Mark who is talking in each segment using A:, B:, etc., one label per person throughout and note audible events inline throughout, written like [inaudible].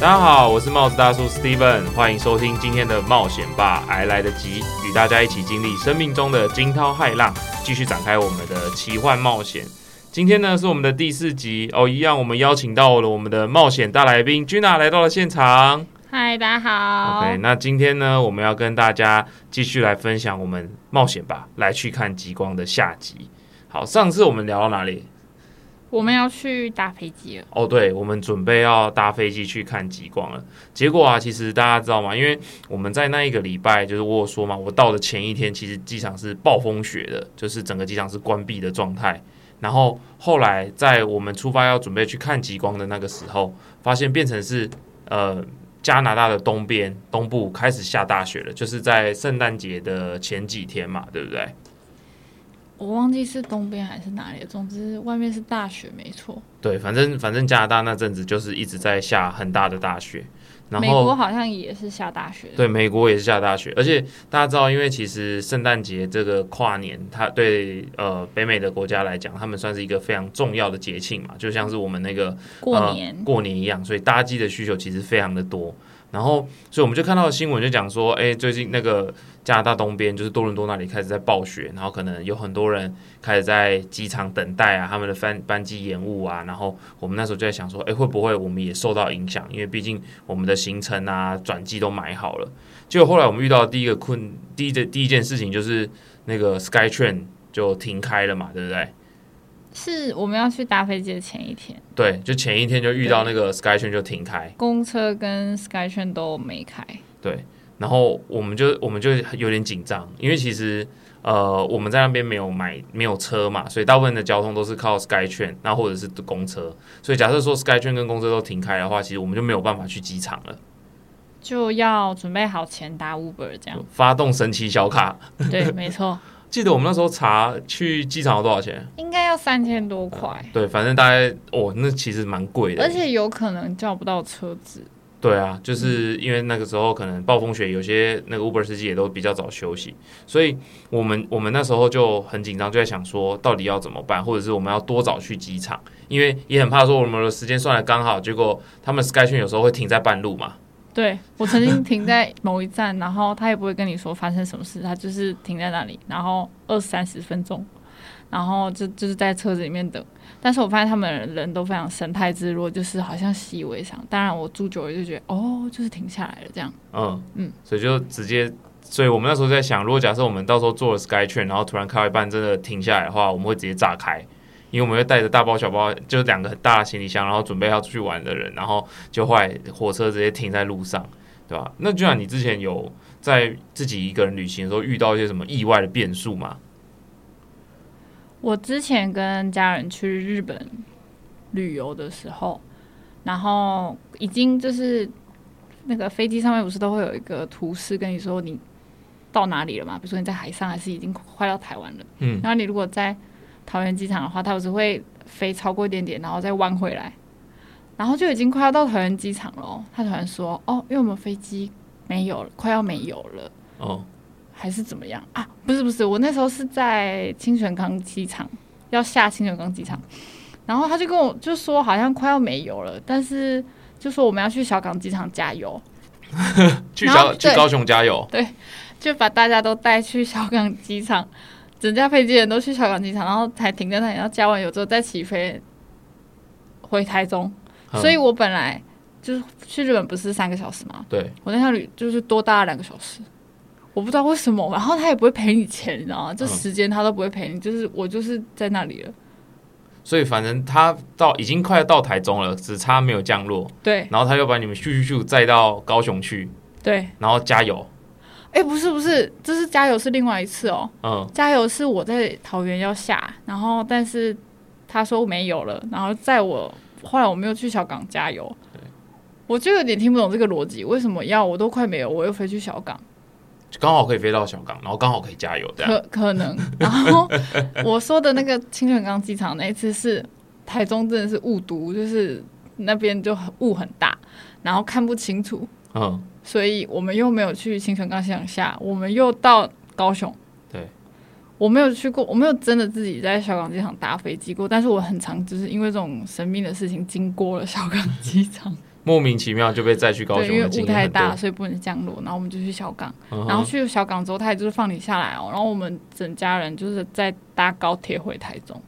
A: 大家好，我是帽子大叔 Steven，欢迎收听今天的冒险吧，还来得及，与大家一起经历生命中的惊涛骇浪，继续展开我们的奇幻冒险。今天呢是我们的第四集哦，一样我们邀请到了我们的冒险大来宾 Gina 来到了现场。
B: 嗨，大家好。
A: OK，那今天呢我们要跟大家继续来分享我们冒险吧，来去看极光的下集。好，上次我们聊到哪里？
B: 我们要去搭飞机了。
A: 哦，对，我们准备要搭飞机去看极光了。结果啊，其实大家知道吗？因为我们在那一个礼拜，就是我有说嘛，我到的前一天，其实机场是暴风雪的，就是整个机场是关闭的状态。然后后来在我们出发要准备去看极光的那个时候，发现变成是呃加拿大的东边东部开始下大雪了，就是在圣诞节的前几天嘛，对不对？
B: 我忘记是东边还是哪里了，总之外面是大雪，没错。
A: 对，反正反正加拿大那阵子就是一直在下很大的大雪，然
B: 美
A: 后
B: 国好像也是下大雪。
A: 对，美国也是下大雪，而且大家知道，因为其实圣诞节这个跨年，它对呃北美的国家来讲，他们算是一个非常重要的节庆嘛，就像是我们那个
B: 过年、
A: 呃、过年一样，所以搭机的需求其实非常的多。然后，所以我们就看到新闻就讲说，哎，最近那个加拿大东边，就是多伦多那里开始在暴雪，然后可能有很多人开始在机场等待啊，他们的班班机延误啊。然后我们那时候就在想说，哎，会不会我们也受到影响？因为毕竟我们的行程啊、转机都买好了。结果后来我们遇到第一个困，第一的第一件事情就是那个 SkyTrain 就停开了嘛，对不对？
B: 是我们要去搭飞机的前一天，
A: 对，就前一天就遇到那个 SkyTrain 就停开。
B: 公车跟 SkyTrain 都没开。
A: 对，然后我们就我们就有点紧张，因为其实呃我们在那边没有买没有车嘛，所以大部分的交通都是靠 Sky 券，那或者是公车。所以假设说 Sky 券跟公车都停开的话，其实我们就没有办法去机场了。
B: 就要准备好钱搭 Uber 这
A: [laughs]
B: 样，
A: 发动神奇小卡，
B: 对，没错，
A: 记得我们那时候查去机场要多少钱？
B: 应该要三千多块，
A: 对，反正大概哦，那其实蛮贵的。
B: 而且有可能叫不到车子，
A: 对啊，就是因为那个时候可能暴风雪，有些那个 Uber 司机也都比较早休息，所以我们我们那时候就很紧张，就在想说到底要怎么办，或者是我们要多早去机场，因为也很怕说我们的时间算的刚好，结果他们 SkyTrain 有时候会停在半路嘛。
B: 对我曾经停在某一站，然后他也不会跟你说发生什么事，他就是停在那里，然后二三十分钟，然后就就是在车子里面等。但是我发现他们人都非常神态自若，就是好像习以为常。当然我住久了就觉得哦，就是停下来了这样。
A: 嗯嗯
B: 嗯，
A: 所以就直接，所以我们那时候在想，如果假设我们到时候做了 Sky 券，然后突然开到一半真的停下来的话，我们会直接炸开，因为我们会带着大包小包，就是两个很大的行李箱，然后准备要出去玩的人，然后就后来火车直接停在路上，对吧？那就像你之前有在自己一个人旅行的时候遇到一些什么意外的变数吗？
B: 我之前跟家人去日本旅游的时候，然后已经就是那个飞机上面不是都会有一个图示跟你说你到哪里了嘛？比如说你在海上，还是已经快到台湾了。
A: 嗯
B: 然后你如果在桃园机场的话，它不是会飞超过一点点，然后再弯回来，然后就已经快要到桃园机场了哦。他突然说：“哦，因为我们飞机没有了，快要没有了。”
A: 哦
B: 还是怎么样啊？不是不是，我那时候是在清泉岗机场，要下清泉岗机场，然后他就跟我就说好像快要没油了，但是就说我们要去小港机场加油，
A: 去
B: 然后
A: 高去
B: 对
A: 高雄加油，
B: 就把大家都带去小港机场，整架飞机人都去小港机场，然后才停在那里，然后加完油之后再起飞回台中。
A: 嗯
B: 所以我本来就是去日本不是三个小时吗？
A: 对，
B: 我那趟旅就是多搭了两个小时，我不知道为什么，然后他也不会赔你钱，你知道吗？这
A: 嗯
B: 时间他都不会赔你，就是我就是在那里了，
A: 所以反正他到已经快到台中了，只差没有降落，
B: 对
A: 然后他又把你们咻咻咻载到高雄去，
B: 对，
A: 然后加油。
B: 哎，不是不是，这是加油是另外一次哦，
A: 嗯，
B: 加油是我在桃园要下，然后但是他说没有了，然后在我后来我没有去小港加油，我就有点听不懂这个逻辑，为什么要我都快没有，我又飞去小港。
A: 就刚好可以飞到小港，然后刚好可以加油这样。
B: 可可能。然后我说的那个清泉岗机场那一次是台中，真的是雾都，就是那边就很雾很大，然后看不清楚，
A: 嗯，
B: 所以我们又没有去清泉岗机场下，我们又到高雄。
A: 对，
B: 我没有去过，我没有真的自己在小港机场搭飞机过，但是我很常就是因为这种神秘的事情经过了小港机场。
A: 莫名其妙就被载去 [laughs] 高
B: 对，
A: 雄
B: 因为
A: 的
B: 雾
A: 经验
B: 太
A: 很多
B: 大，，所以不能降落。然后我们就去小港，
A: 嗯哼
B: 然后去小港之后，他也就是放你下来哦。然后我们整家人就是在搭高铁回台中，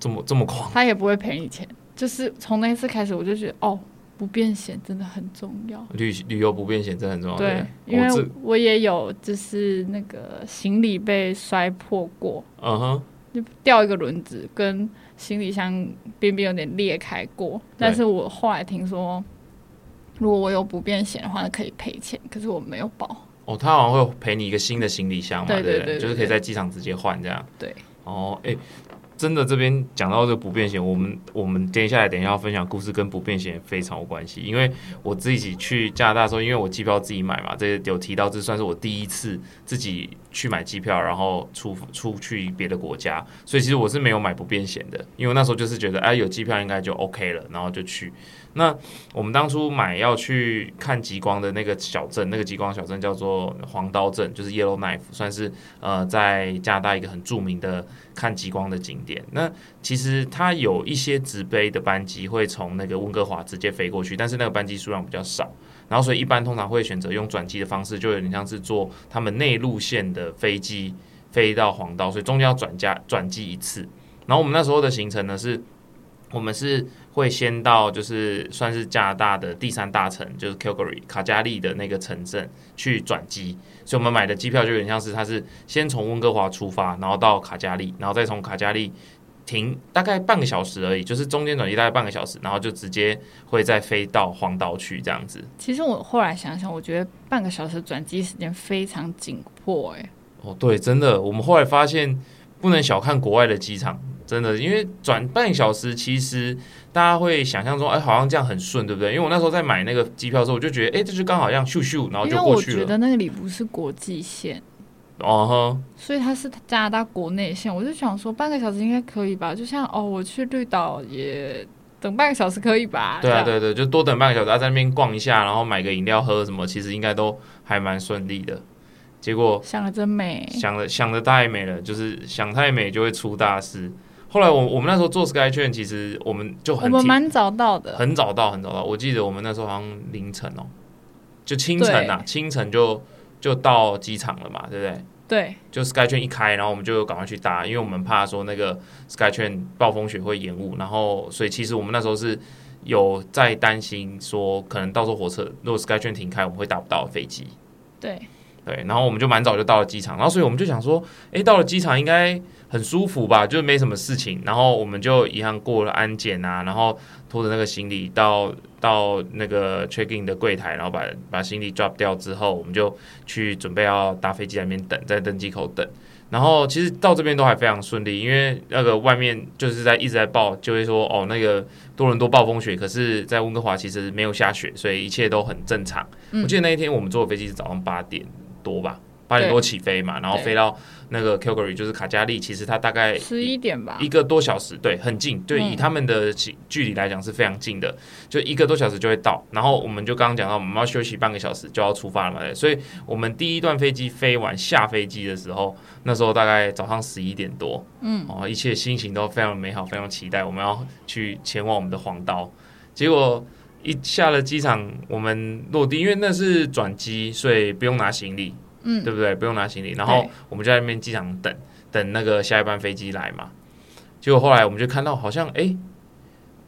A: 这么这么狂， [laughs]
B: 他也不会赔你钱。就是从那一次开始，我就觉得哦，不变险真的很重要。
A: 旅旅游不便险真的很重要。
B: 对，
A: 哦对啊
B: 因
A: 我
B: 为
A: 这
B: 我也有就是那个行李被摔破过，
A: 嗯哼，
B: 就掉一个轮子，跟行李箱边边有点裂开过。但是我后来听说，如果我有不便险的话可以赔钱，可是我没有保。
A: 哦，他好像会赔你一个新的行李箱嘛，
B: 对
A: 对
B: 对
A: 不
B: 对对
A: 就是可以在机场直接换这样。
B: 对，
A: 哦，哎、真的这边讲到这个不便险，我们我们接下来等一下要分享故事跟不便险非常有关系，因为我自己去加拿大的时候，因为我机票自己买嘛，这有提到这算是我第一次自己去买机票，然后出出去别的国家，所以其实我是没有买不便险的，因为我那时候就是觉得哎、有机票应该就 OK 了，然后就去。那我们当初买要去看极光的那个小镇，那个极光小镇叫做黄刀镇，就是 Yellowknife，算是呃在加拿大一个很著名的看极光的景点。那其实它有一些直飞的班机会从那个温哥华直接飞过去，但是那个班机数量比较少，然后所以一般通常会选择用转机的方式，就有点像是坐他们内陆线的飞机飞到黄岛，所以中间要转加转机一次。然后我们那时候的行程呢是，我们是会先到就是算是加拿大的第三大城，就是 Calgary 卡加利的那个城镇去转机，所以我们买的机票就有点像是它是先从温哥华出发，然后到卡加利，然后再从卡加利停大概半个小时而已，就是中间转机大概半个小时，然后就直接会再飞到黄岛去这样子。
B: 其实我后来想想，我觉得半个小时转机时间非常紧迫、欸，
A: 哦，对，真的，我们后来发现不能小看国外的机场，真的，因为转半小时，其实大家会想象说，哎，好像这样很顺，对不对？因为我那时候在买那个机票的时候，我就觉得，哎，这就刚好这样咻咻，然后
B: 因
A: 就
B: 为
A: 过
B: 我
A: 去
B: 觉
A: 了。
B: 得那里不是国际线，
A: 哦哼，
B: 所以它是加拿大国内线。我就想说半个小时应该可以吧，就像哦，我去绿岛也等半个小时可以吧？
A: 对啊，
B: 这
A: 对
B: 样
A: 对，就多等半个小时，啊在那边逛一下，然后买个饮料喝什么，其实应该都还蛮顺利的。结果
B: 想的真美。
A: 想的想的太美了，就是想太美就会出大事。后来我我们那时候做 Sky 券，其实我们就
B: 我
A: 很
B: 们
A: 提
B: 蛮早到的，
A: 很早到，很早到。我记得我们那时候好像凌晨哦、就清晨啊，清晨就就到机场了嘛，对不对？
B: 对，
A: 就 Sky 券一开，然后我们就赶快去搭，因为我们怕说那个 Sky 券暴风雪会延误，然后所以其实我们那时候是有在担心说，可能到时候火车如果 Sky 券停开，我们会搭不到飞机。
B: 对，
A: 对，然后我们就蛮早就到了机场，然后所以我们就想说，诶，到了机场应该很舒服吧，就是没什么事情。然后我们就一样过了安检啊，然后拖着那个行李到到那个 check in 的柜台，然后把把行李 drop 掉之后，我们就去准备要搭飞机在那边等，在登机口等。然后其实到这边都还非常顺利，因为那个外面就是在一直在报，就会说哦，那个多伦多暴风雪，可是在温哥华其实没有下雪，所以一切都很正常。
B: 嗯
A: 我记得那一天我们坐的飞机是早上八点多吧，八点
B: 对
A: 多起飞嘛，然后
B: 对
A: 飞到那个 Calgary，就是卡加利，其实它大概
B: 十一点吧
A: 一。个多小时，对，很近，对，
B: 嗯
A: 以他们的距距离来讲是非常近的，就一个多小时就会到。然后我们就刚刚讲到，我们要休息半个小时就要出发了嘛，对所以我们第一段飞机飞完下飞机的时候，那时候大概早上十一点多，
B: 嗯，
A: 哦，一切心情都非常美好，非常期待，我们要去前往我们的黄刀。结果一下了机场，我们落地，因为那是转机，所以不用拿行李，
B: 嗯
A: 对不对？不用拿行李，然后
B: 对
A: 我们就在那边机场等等那个下一班飞机来嘛。结果后来我们就看到，好像哎、诶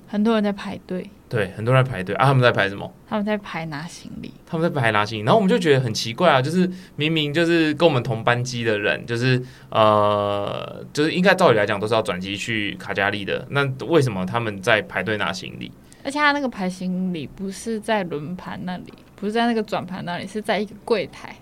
B: 很多人在排队，
A: 对，很多人在排队啊，他们在排什么？
B: 他们在排拿行李。
A: 他们在排拿行李，然后我们就觉得很奇怪啊，就是明明就是跟我们同班机的人，就是呃，就是应该照理来讲都是要转机去卡加利的，那为什么他们在排队拿行李？
B: 而且他那个排行李不是在轮盘那里，不是在那个转盘那里，是在一个柜台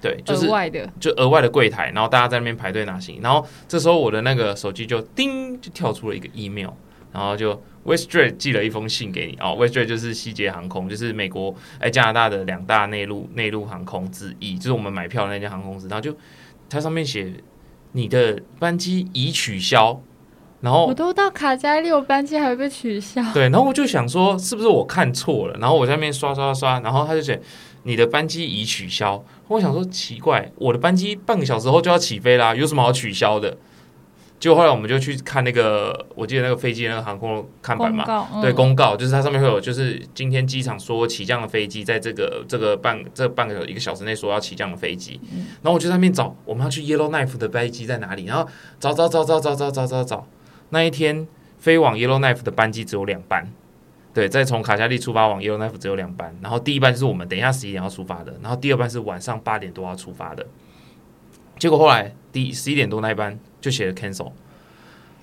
A: 对，就
B: 额
A: 是
B: 外的。
A: 就额外的柜台，然后大家在那边排队拿行李，然后这时候我的那个手机就叮就跳出了一个 email，然后就 Westjet 寄了一封信给你哦，Westjet 就是西捷航空，就是美国哎加拿大的两大内陆内陆航空之一，就是我们买票的那家航空公司，然后就它上面写你的班机已取消，然后
B: 我都到卡加利，我班机还会被取消。
A: 对，然后我就想说是不是我看错了，然后我在那边刷刷刷，然后他就写你的班机已取消。我想说奇怪，我的班机半个小时后就要起飞啦，有什么好取消的？结果后来我们就去看那个，我记得那个飞机的那个航空看板
B: 公
A: 嘛，
B: 告，嗯
A: 对，公告就是它上面会有，就是今天机场说起降的飞机，在这个这个半这半个一个小时内说要起降的飞机，然后我就在那边找我们要去 Yellowknife 的飞机在哪里，然后找找找找找找找找找，那一天飞往 Yellowknife 的班机只有两班。对，再从卡加利出发往 Yellowknife 只有两班，然后第一班是我们等一下十一点要出发的，然后第二班是晚上八点多要出发的。结果后来第十一点多那一班就写了 cancel，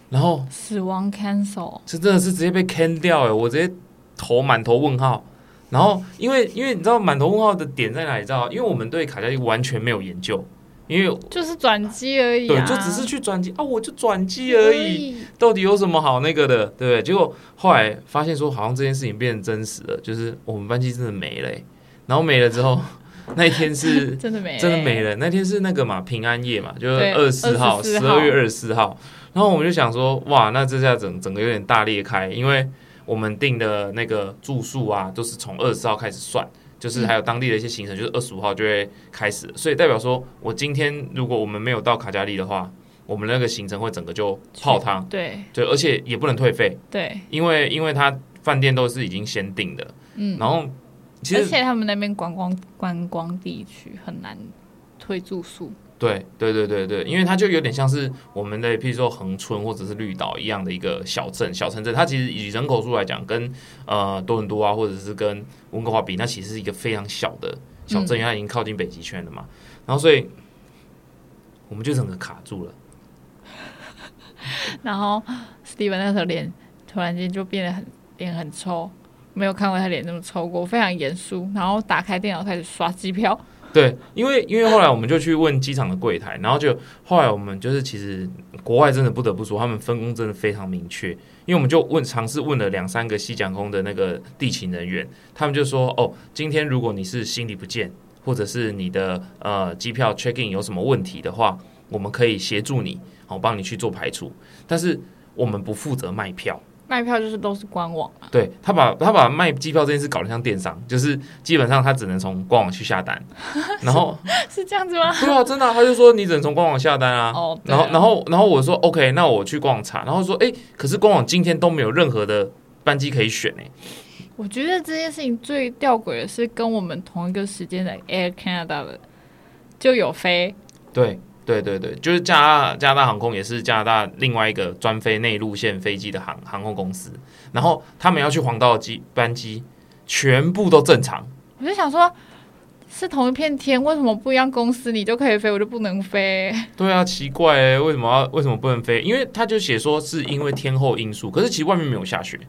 A: 然后
B: 死亡 cancel，
A: 这真的是直接被坑掉哎、我直接头满头问号。然后，因为因为你知道满头问号的点在哪里？你知道吗，因为我们对卡加利完全没有研究，因为、
B: 就是转机而已、
A: 对，
B: 啊，
A: 就只是去转机啊，我就转机而已，。到底有什么好那个的，对不对？结果后来发现说，好像这件事情变成真实了，就是我们班机真的没了欸、然后没了之后， [laughs] 那一天是
B: 真的没，
A: 真的没。了。那天是那个嘛平安夜嘛，就是
B: 哎对
A: 二十四号，
B: 24
A: 十
B: 号
A: 二月二十四号。然后我们就想说，哇，那这下整整个有点大裂开，因为我们订的那个住宿啊，都是从二十号开始算，就是还有当地的一些行程，就是二十五号就会开始，所以代表说我今天如果我们没有到卡加利的话，我们那个行程会整个就泡汤，
B: 对
A: 对，而且也不能退费，
B: 对，
A: 因为因为他饭店都是已经先订的，
B: 嗯，
A: 然后其
B: 而
A: 实
B: 且他们那边观光观光地区很难推住宿，
A: 对对对对对，因为它就有点像是我们的，譬如说恒春或者是绿岛一样的一个小镇、小城镇。它其实以人口数来讲，跟呃多伦多啊，或者是跟温哥华比，那其实是一个非常小的小镇，因为它已经靠近北极圈了嘛。然后所以我们就整个卡住了。
B: 然后 Steven 那时候脸突然间就变得很脸很臭，没有看过他脸那么臭过，非常严肃。然后打开电脑开始刷机票，
A: 对，因为因为后来我们就去问机场的柜台，然后就后来我们就是其实国外真的不得不说，他们分工真的非常明确。因为我们就问尝试问了两三个西讲空的那个地勤人员，他们就说哦，今天如果你是行李不见，或者是你的呃机票 check in 有什么问题的话，我们可以协助你，好、帮你去做排除，但是我们不负责卖票。
B: 卖票就是都是官网 [laughs] 啊，
A: 对他把他把卖机票这件事搞得像电商，就是基本上他只能从官网去下单，然后
B: 是这样子吗？
A: [laughs] 对啊，真的啊、他就说你只能从官网下单啊。
B: 哦对
A: 然
B: 啊
A: 后，然后，然后我说 OK，那我去官网查。然后说，哎、可是官网今天都没有任何的班机可以选哎、
B: 我觉得这件事情最吊诡的是，跟我们同一个时间的 Air Canada 的就有飞，
A: 对，对，对，对，就是加拿大加拿大航空也是加拿大另外一个专飞内陆线飞机的航航空公司，然后他们要去黄道的机班机全部都正常。
B: 我就想说，是同一片天，为什么不一样公司你就可以飞，我就不
A: [laughs]
B: 能飞？
A: 对啊，奇怪、欸，为什么要为什么不能飞？因为他就写说是因为天候因素，可是其实外面没有下雪。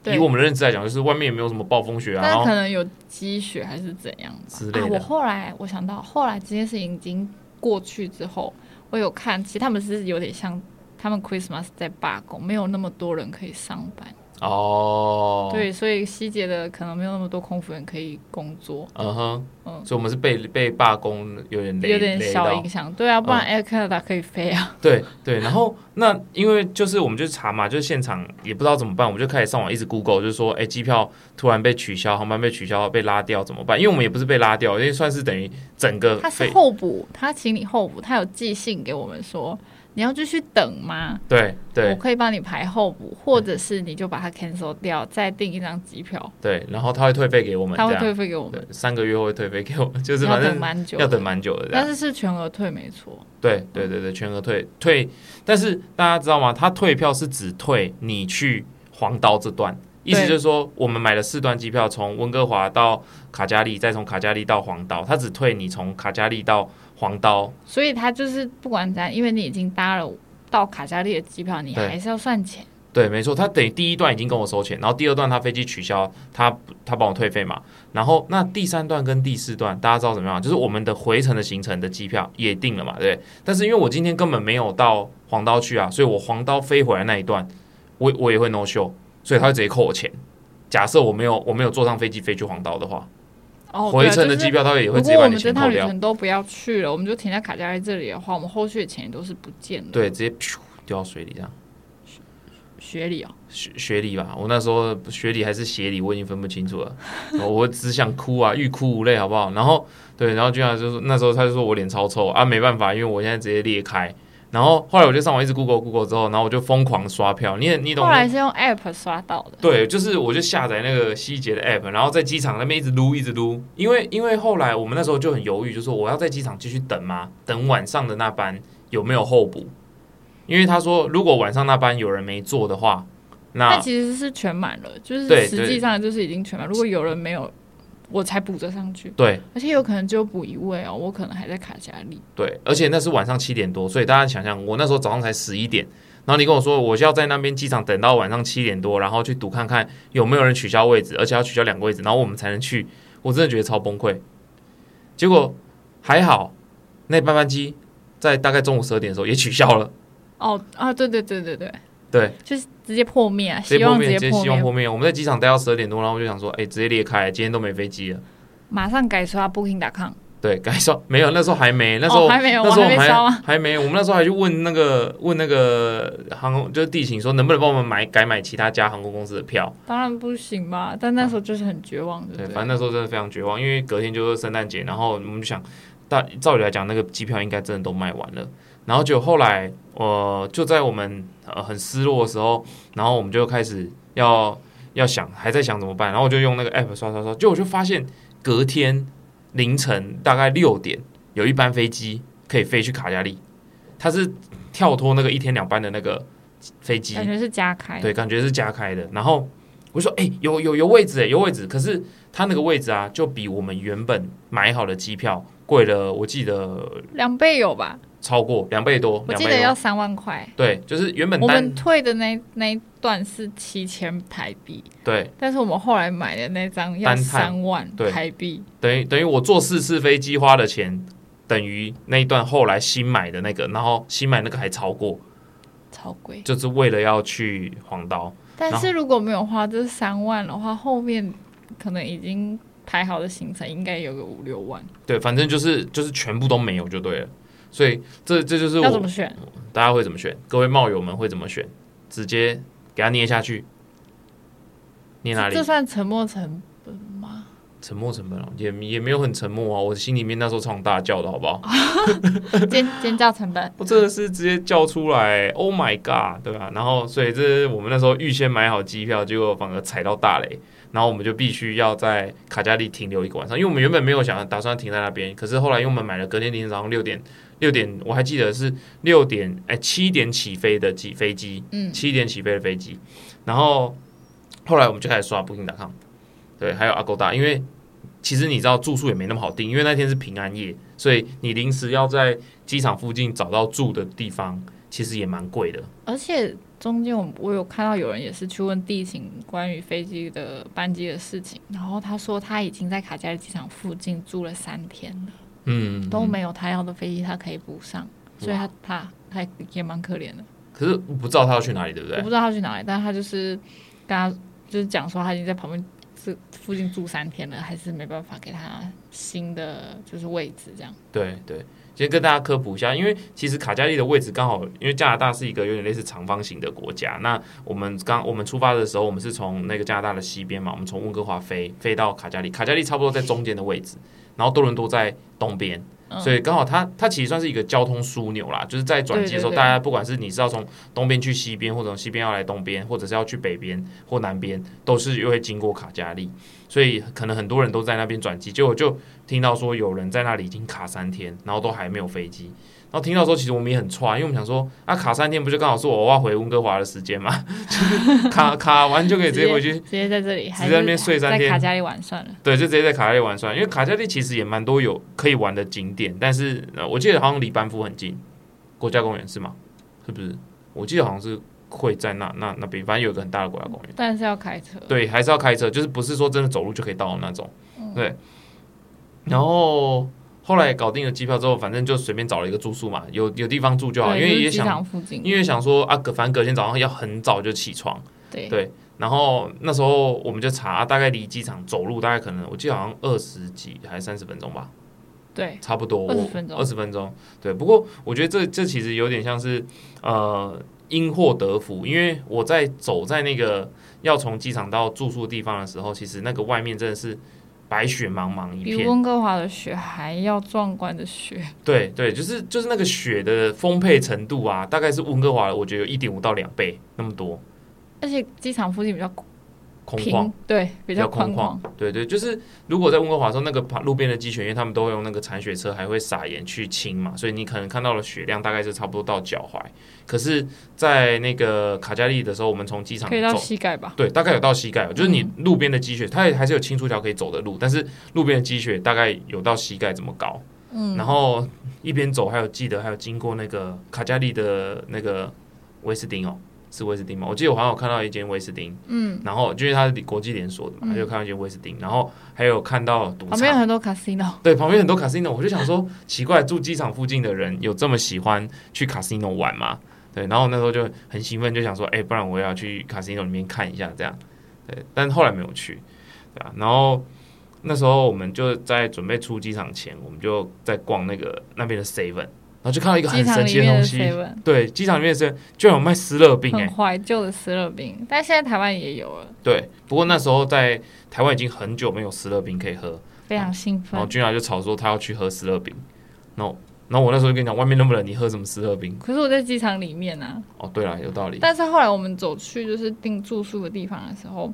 B: 对
A: 以我们的认知来讲，就是外面也没有什么暴风雪啊，然
B: 但
A: 后
B: 是可能有积雪还是怎样吧
A: 之类的
B: 啊。我后来我想到，后来这件事情已经过去之后，我有看，其实他们是有点像他们 Christmas 在罢工，没有那么多人可以上班，
A: 哦，
B: 对，所以西节的可能没有那么多空服员可以工作，
A: 嗯哼，
B: 嗯
A: 所以我们是被被罢工有点累，
B: 有点
A: 累
B: 小
A: 到嗯
B: 影响。对啊，不然 Air Canada 可以飞啊。
A: 对对，然后那因为就是我们就查嘛，就是现场也不知道怎么办，我们就开始上网一直 Google，就是说，哎，机票突然被取消，航班被取消，被拉掉怎么办？因为我们也不是被拉掉，因为算是等于整个
B: 他是
A: 被
B: 候补，他请你候补，他有寄信给我们说你要继续等吗？
A: 对
B: 我
A: 对
B: 可以帮你排候补，或者是你就把它 cancel 掉，再订一张机票，
A: 对，然后他会退费给我们，
B: 他
A: 这
B: 会
A: 样
B: 退费给我们。
A: 对三个月后会退费给我们，就是
B: 要
A: 反
B: 等
A: 正
B: 蛮久，
A: 要等，蛮久的这样
B: 但。是是全额退没错，
A: 对对对对，全额退退，但是大家知道吗？他退票是只退你去黄岛这段，意思
B: 对
A: 就是说我们买了四段机票，从温哥华到卡加利，再从卡加利到黄岛，他只退你从卡加利到黄岛。
B: 所以他就是不管怎样，因为你已经搭了到卡加利的机票，你
A: 对
B: 还是要算钱。
A: 对，没错，他等于第一段已经跟我收钱，然后第二段他飞机取消，他他帮我退费嘛。然后那第三段跟第四段，大家知道怎么样？就是我们的回程的行程的机票也定了嘛，对不对。但是因为我今天根本没有到黄刀去啊，所以我黄刀飞回来那一段，我我也会 no show，所以他会直接扣我钱。假设我没有我没有坐上飞机飞去黄刀的话，
B: 哦，
A: 回
B: 对啊
A: 程的
B: 就
A: 机
B: 是
A: 票他也会
B: 如
A: 直
B: 果
A: 接把
B: 我
A: 你
B: 们这
A: 钱
B: 趟
A: 扣
B: 旅
A: 掉，
B: 程都不要去了，我们就停在卡加利这里的话，我们后续的钱也都是不见的。，
A: 对，直接噗掉到水里这样。
B: 学理哦，
A: 学学理吧，我那时候学理还是协理，我已经分不清楚了。 [laughs] 我我只想哭啊，欲哭无泪，好啊不好？然后对，然后居然就是那时候他就说我脸超臭啊，没办法，因为我现在直接裂开，然后后来我就上网一直 Google Google 之后，然后我就疯狂刷票。你也你懂
B: 后来是用 App 刷到的。
A: 对，就是我就下载那个西捷的 app，然后在机场那边一直撸一直撸，因为因为后来我们那时候就很犹豫，就说我要在机场继续等吗？等晚上的那班有没有候补？因为他说如果晚上那班有人没坐的话，
B: 它
A: 那
B: 其实是全满了，就是
A: 啊对
B: 实际上就是已经全满。如果有人没有，我才补得上去，
A: 对
B: 而且有可能只有补一位哦，我可能还在卡加利。
A: 对，而且那是晚上七点多，所以大家想想，我那时候早上才十一点，然后你跟我说我就要在那边机场等到晚上七点多，然后去赌看看有没有人取消位置，而且要取消两个位置，然后我们才能去，我真的觉得超崩溃。结果还好，那班班机在大概中午十二点的时候也取消了，
B: 哦啊，对对对对对，
A: 对，
B: 就是直接破灭啊，
A: 直
B: 希
A: 接破
B: 望
A: 灭，
B: 直
A: 直接
B: 破
A: 希望
B: 灭，
A: 破灭。我们在机场待到十二点多，然后我就想说，哎、直接裂开，今天都没飞机了。
B: 马上改刷 Booking.com。
A: 对，该说没有，那时候还没，那时候、
B: 哦、还没有，
A: 那
B: 我
A: 时候我
B: 没
A: 们还
B: 刷吗？
A: 还没，我们那时候还去问那个问那个航空就是地勤说能不能帮我们买改买其他家航空公司的票。
B: 当然不行吧，但那时候就是很绝望，对
A: 对，
B: 不
A: 反正
B: 对？
A: 那时候真的非常绝望，因为隔天就是圣诞节，然后我们就想，大照理来讲那个机票应该真的都卖完了。然后就后来，呃，就在我们呃很失落的时候，然后我们就开始要要想，还在想怎么办。然后我就用那个 app 刷刷刷，就我就发现隔天凌晨大概六点有一班飞机可以飞去卡加利，它是跳脱那个一天两班的那个飞机，
B: 感觉是加开，
A: 对，感觉是加开的。然后我就说，哎、有有有位置哎、有位置。可是他那个位置啊，就比我们原本买好的机票贵了，我记得
B: 两倍有吧？
A: 超过两倍多，
B: 我
A: 两
B: 记
A: 倍
B: 得要
A: 多。
B: 三万块。
A: 对，就是原本
B: 我
A: 单
B: 们退的那那一段是七千台币，
A: 对，
B: 但是我们后来买的那张要
A: 单趟
B: 三万
A: 对
B: 台币，
A: 等于等于我坐四次飞机花的钱，等于那一段后来新买的那个，然后新买那个还超过，
B: 超贵。
A: 就是为了要去黄刀。
B: 但是如果没有花这三万的话，后面可能已经排好的行程应该有个五六万，
A: 对，反正就是就是全部都没有就对了。所以这这就是
B: 要怎么
A: 我
B: 选？
A: 大家会怎么选，各位冒友们会怎么选，直接给它捏下去。捏哪
B: 这
A: 里
B: 这？算沉没成本
A: [laughs]
B: 吗？
A: 沉默成本哦，也也没有很沉默啊。我心里面那时候唱大叫的好不好？
B: 尖尖叫成本？
A: 我真的是直接叫出来，Oh my god，对吧、然后，所以这是我们那时候预先买好机票，结果反而踩到大雷，然后我们就必须要在卡加利停留一个晚上，因为我们原本没有想打算停在那边，可是后来因为我们买了隔天凌晨早上六点，六点我还记得是六点哎七点起飞的机飞机，
B: 嗯，
A: 七点起飞的飞机，然后后来我们就开始刷 Booking.com，对，还有 Agoda，因为其实你知道住宿也没那么好订，因为那天是平安夜，所以你临时要在机场附近找到住的地方，其实也蛮贵的。
B: 而且中间我我有看到有人也是去问地勤关于飞机的班机的事情，然后他说他已经在卡加利机场附近住了三天了，
A: 嗯，
B: 都没有他要的飞机，他可以补上，所以他他他也蛮可怜的。
A: 可是我不知道他要去哪里，对不
B: 我
A: 对
B: 不？知道他去哪里，但他就是跟他就是讲说他已经在旁边这附近住三天了，还是没办法给他新的就是位置这样。
A: 对对，先跟大家科普一下，因为其实卡加利的位置刚好，因为加拿大是一个有点类似长方形的国家。那我们刚我们出发的时候，我们是从那个加拿大的西边嘛，我们从温哥华飞飞到卡加利，卡加利差不多在中间的位置，然后多伦多在东边。
B: 嗯
A: 所以刚好它它其实算是一个交通枢纽啦，就是在转机的时候，
B: 对对对
A: 大家不管是你是要从东边去西边，或者从西边要来东边，或者是要去北边或南边，都是又会经过卡加利，所以可能很多人都在那边转机。结果就听到说有人在那里已经卡三天，然后都还没有飞机。然后听到说，其实我们也很差，因为我们想说，啊，卡三天不就刚好是我要回温哥华的时间嘛， [laughs] 就是卡卡完就可以直接回去
B: 直接在这里，还
A: 直接在那边睡三天
B: 在卡加里玩算了。
A: 对，就直接在卡加利玩算了，因为卡加利其实也蛮多有可以玩的景点，但是、呃、我记得好像离班夫很近，国家公园是吗？是不是？我记得好像是会在那那那边，反正有一个很大的国家公园。
B: 但是要开车，
A: 对，还是要开车，就是不是说真的走路就可以到的那种。
B: 嗯
A: 对，然后后来搞定了机票之后，反正就随便找了一个住宿嘛，有有地方住就好，
B: 对
A: 因为
B: 就是
A: 也
B: 机
A: 想
B: 场附近，
A: 因为想说啊，隔反正隔天早上要很早就起床。
B: 对
A: 对，然后那时候我们就查，大概离机场走路大概可能我记得好像二十几还是三十分钟吧，
B: 对
A: 差不多
B: 20分钟
A: 二十分钟。对，不过我觉得这这其实有点像是呃因祸得福，因为我在走在那个要从机场到住宿地方的时候，其实那个外面真的是白雪茫茫一
B: 比
A: 片。
B: 温哥华的雪还要壮观的雪，
A: 对对，就是就是那个雪的丰沛程度啊，大概是温哥华的我觉得有一点五到两倍那么多，
B: 而且机场附近比较
A: 空旷
B: 平，对，
A: 比
B: 比较
A: 较
B: 宽
A: 空
B: 旷
A: 旷。。对对，就是如果在温哥华的时候，那个旁路边的鸡犬因为他们都会用那个铲雪车，还会撒盐去清嘛，所以你可能看到的雪量大概是差不多到脚踝。可是，在那个卡加利的时候，我们从机场
B: 可以到
A: 走。
B: 膝盖吧？嗯
A: 对，大概有到膝盖哦，就是你路边的积雪，它也还是有清出一条可以走的路，但是路边的积雪大概有到膝盖这么高。
B: 嗯，
A: 然后一边走，还有记得还有经过那个卡加利的那个威斯汀哦，是威斯汀吗？我记得我好像有看到一间威斯汀，
B: 嗯，
A: 然后就是它是国际连锁的嘛，
B: 嗯
A: 就看到一间威斯汀，然后还有看到赌
B: 旁边有
A: 场，
B: 很多 casino，
A: 对，旁边很多 casino，我就想说 [laughs] 奇怪，住机场附近的人有这么喜欢去 casino 玩吗？对，然后那时候就很兴奋，就想说，哎、不然我也要去 casino 里面看一下这样，对，但后来没有去，对啊，然后那时候我们就在准备出机场前，我们就在逛那个那边的 seven，然后就看到一个
B: 机
A: 很
B: 场
A: 神
B: 里
A: 奇的
B: 面
A: 东
B: 的
A: 西，
B: seven。
A: 对，机场里面的 seven 居然有卖湿乐冰哎、
B: 很怀旧的斯乐冰，但现在台湾也有了，
A: 对，不过那时候在台湾已经很久没有湿乐冰可以喝，
B: 非常兴
A: 然后
B: 奋。
A: 君雅就吵说她要去喝湿乐冰，然后然后我那时候就跟你讲，外面那么冷，你喝什么湿乐冰？
B: 可是我在机场里面啊，
A: 哦，对了，有道理。
B: 但是后来我们走去就是订住宿的地方的时候，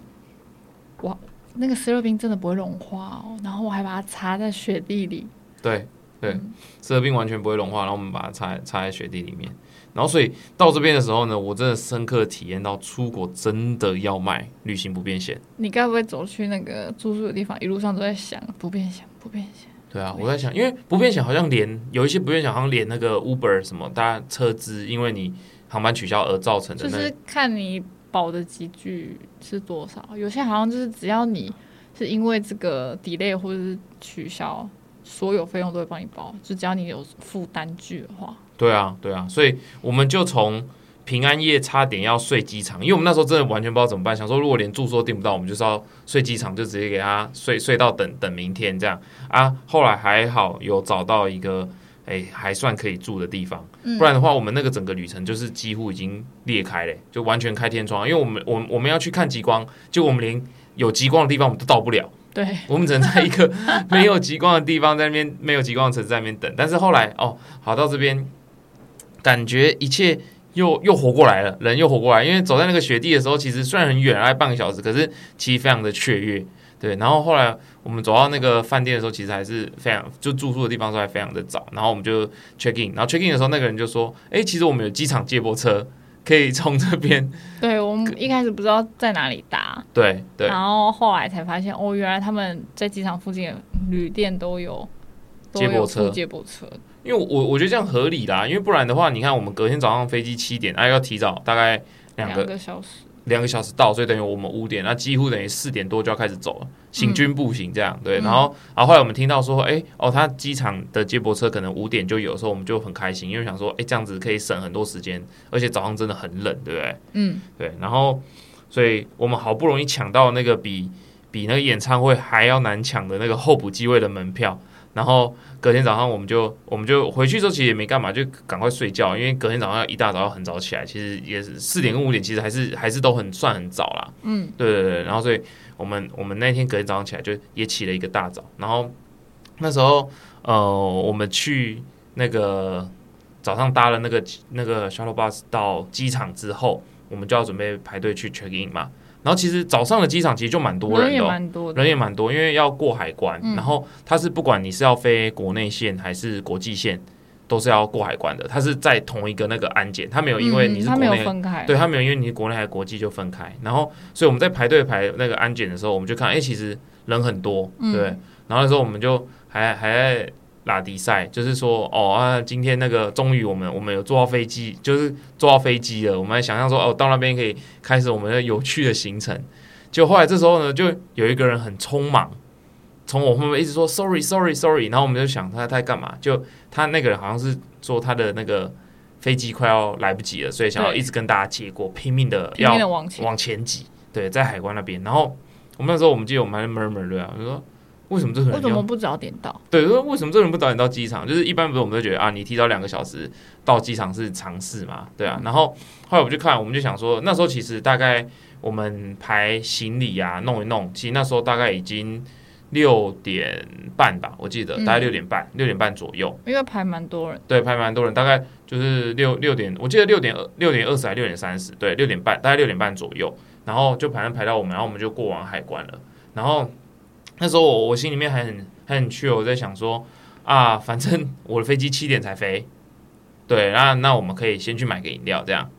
B: 哇，那个斯乐冰真的不会融化哦，然后我还把它插在雪地里，
A: 对对
B: 嗯，
A: 湿乐冰完全不会融化，然后我们把它插插在雪地里面。然后所以到这边的时候呢，我真的深刻体验到出国真的要卖旅行不变现。
B: 你该不会走去那个住宿的地方，一路上都在想不变想不变想？
A: 对啊，我在想，因为不变险好像连有一些不变险好像连那个 Uber 什么，大家车资因为你航班取消而造成的
B: 就
A: 那
B: 是看你保的集聚是多少，有些好像就是只要你是因为这个 delay 或者是取消，所有费用都会帮你包，就只要你有付单据的话。
A: 对啊，对啊，所以我们就从平安夜差点要睡机场，因为我们那时候真的完全不知道怎么办，想说如果连住宿都订不到，我们就是要睡机场，就直接给他睡睡到等等明天这样啊。后来还好有找到一个哎还算可以住的地方，
B: 嗯
A: 不然的话我们那个整个旅程就是几乎已经裂开嘞，就完全开天窗，因为我们我们我们要去看极光，结果我们连有极光的地方我们都到不了。
B: 对，
A: 我们只能在一个没有极光的地方，在那边没有极光的城市在那边等。但是后来哦，好到这边，感觉一切又又活过来了，人又活过来。因为走在那个雪地的时候，其实虽然很远，大概半个小时，可是其实非常的雀跃。对，然后后来我们走到那个饭店的时候，其实还是非常就住宿的地方的时候还非常的早，然后我们就 check in，然后 check in 的时候，那个人就说：“哎，其实我们有机场接驳车，可以从这边。
B: 对我们一开始不知道在哪里搭，
A: 对”对
B: 然后后来才发现哦，原来他们在机场附近的旅店都有都
A: 接
B: 有
A: 驳车
B: 出接驳车，
A: 因为我我觉得这样合理啦，因为不然的话，你看我们隔天早上飞机七点，啊要提早大概两
B: 两
A: 个
B: 个小时。
A: 两个小时到，所以等于我们五点，那几乎等于四点多就要开始走了，行军步行这样，对。
B: 嗯
A: 然后然后后来我们听到说，哎哦，他机场的接驳车可能五点就有的时候，我们就很开心，因为想说，哎这样子可以省很多时间，而且早上真的很冷，对不对？
B: 嗯，
A: 对，然后所以我们好不容易抢到那个比比那个演唱会还要难抢的那个候补机位的门票，然后隔天早上我们就我们就回去之后其实也没干嘛，就赶快睡觉，因为隔天早上要一大早要很早起来，其实也是四点跟五点，其实还是还是都很算很早啦。
B: 嗯，
A: 对对对，然后所以我们我们那天隔天早上起来就也起了一个大早，然后那时候呃我们去那个早上搭了那个那个 shuttle bus 到机场之后，我们就要准备排队去 check in 嘛。然后其实早上的机场其实就蛮多
B: 人
A: 人
B: 也
A: 的哦、
B: 蛮多的，
A: 人也蛮多，因为要过海关，
B: 嗯
A: 然后它是不管你是要飞国内线还是国际线，都是要过海关的。它是在同一个那个安检，它没有因为
B: 嗯
A: 你是
B: 他
A: 国
B: 没有
A: 内
B: 分开，
A: 对，他没有，因为你国内还国际就分开。然后，所以我们在排队排那个安检的时候，我们就看，哎、其实人很多，
B: 嗯
A: 对。然后那时候我们就还还在拉迪赛，就是说，哦啊，今天那个终于我们我们有坐到飞机，就是坐到飞机了。我们还想象说，哦，到那边可以开始我们的有趣的行程。就后来这时候呢，就有一个人很匆忙。从我后面一直说 sorry sorry sorry，然后我们就想他他在干嘛？就他那个人好像是说他的那个飞机快要来不及了，所以想要
B: 对
A: 一直跟大家借过，拼命的
B: 拼
A: 要
B: 命的往前。
A: 往前挤。对，在海关那边，然后我们那时候我们记得我们还在 murmur 对啊，我就说为什么这个
B: 为
A: 人
B: 什么
A: 要
B: 不早点到？
A: 对，就说为什么这个人不早点到机场？就是一般不是我们都觉得啊，你提早两个小时到机场是常事嘛，对啊。然后后来我们就看，我们就想说，那时候其实大概我们排行李啊，弄一弄，其实那时候大概已经六点半吧，我记得
B: 嗯
A: 大概六点半，六点半左右，
B: 因为排蛮多人，
A: 对，排蛮多人，大概就是六六点，我记得六点六点二十还六点三十，对，六点半，大概六点半左右，然后就反正排到我们，然后我们就过完海关了。然后那时候我我心里面还很还很 chill，我在想说啊，反正 [laughs] 我的飞机七点才飞，对，那那我们可以先去买个饮料，这样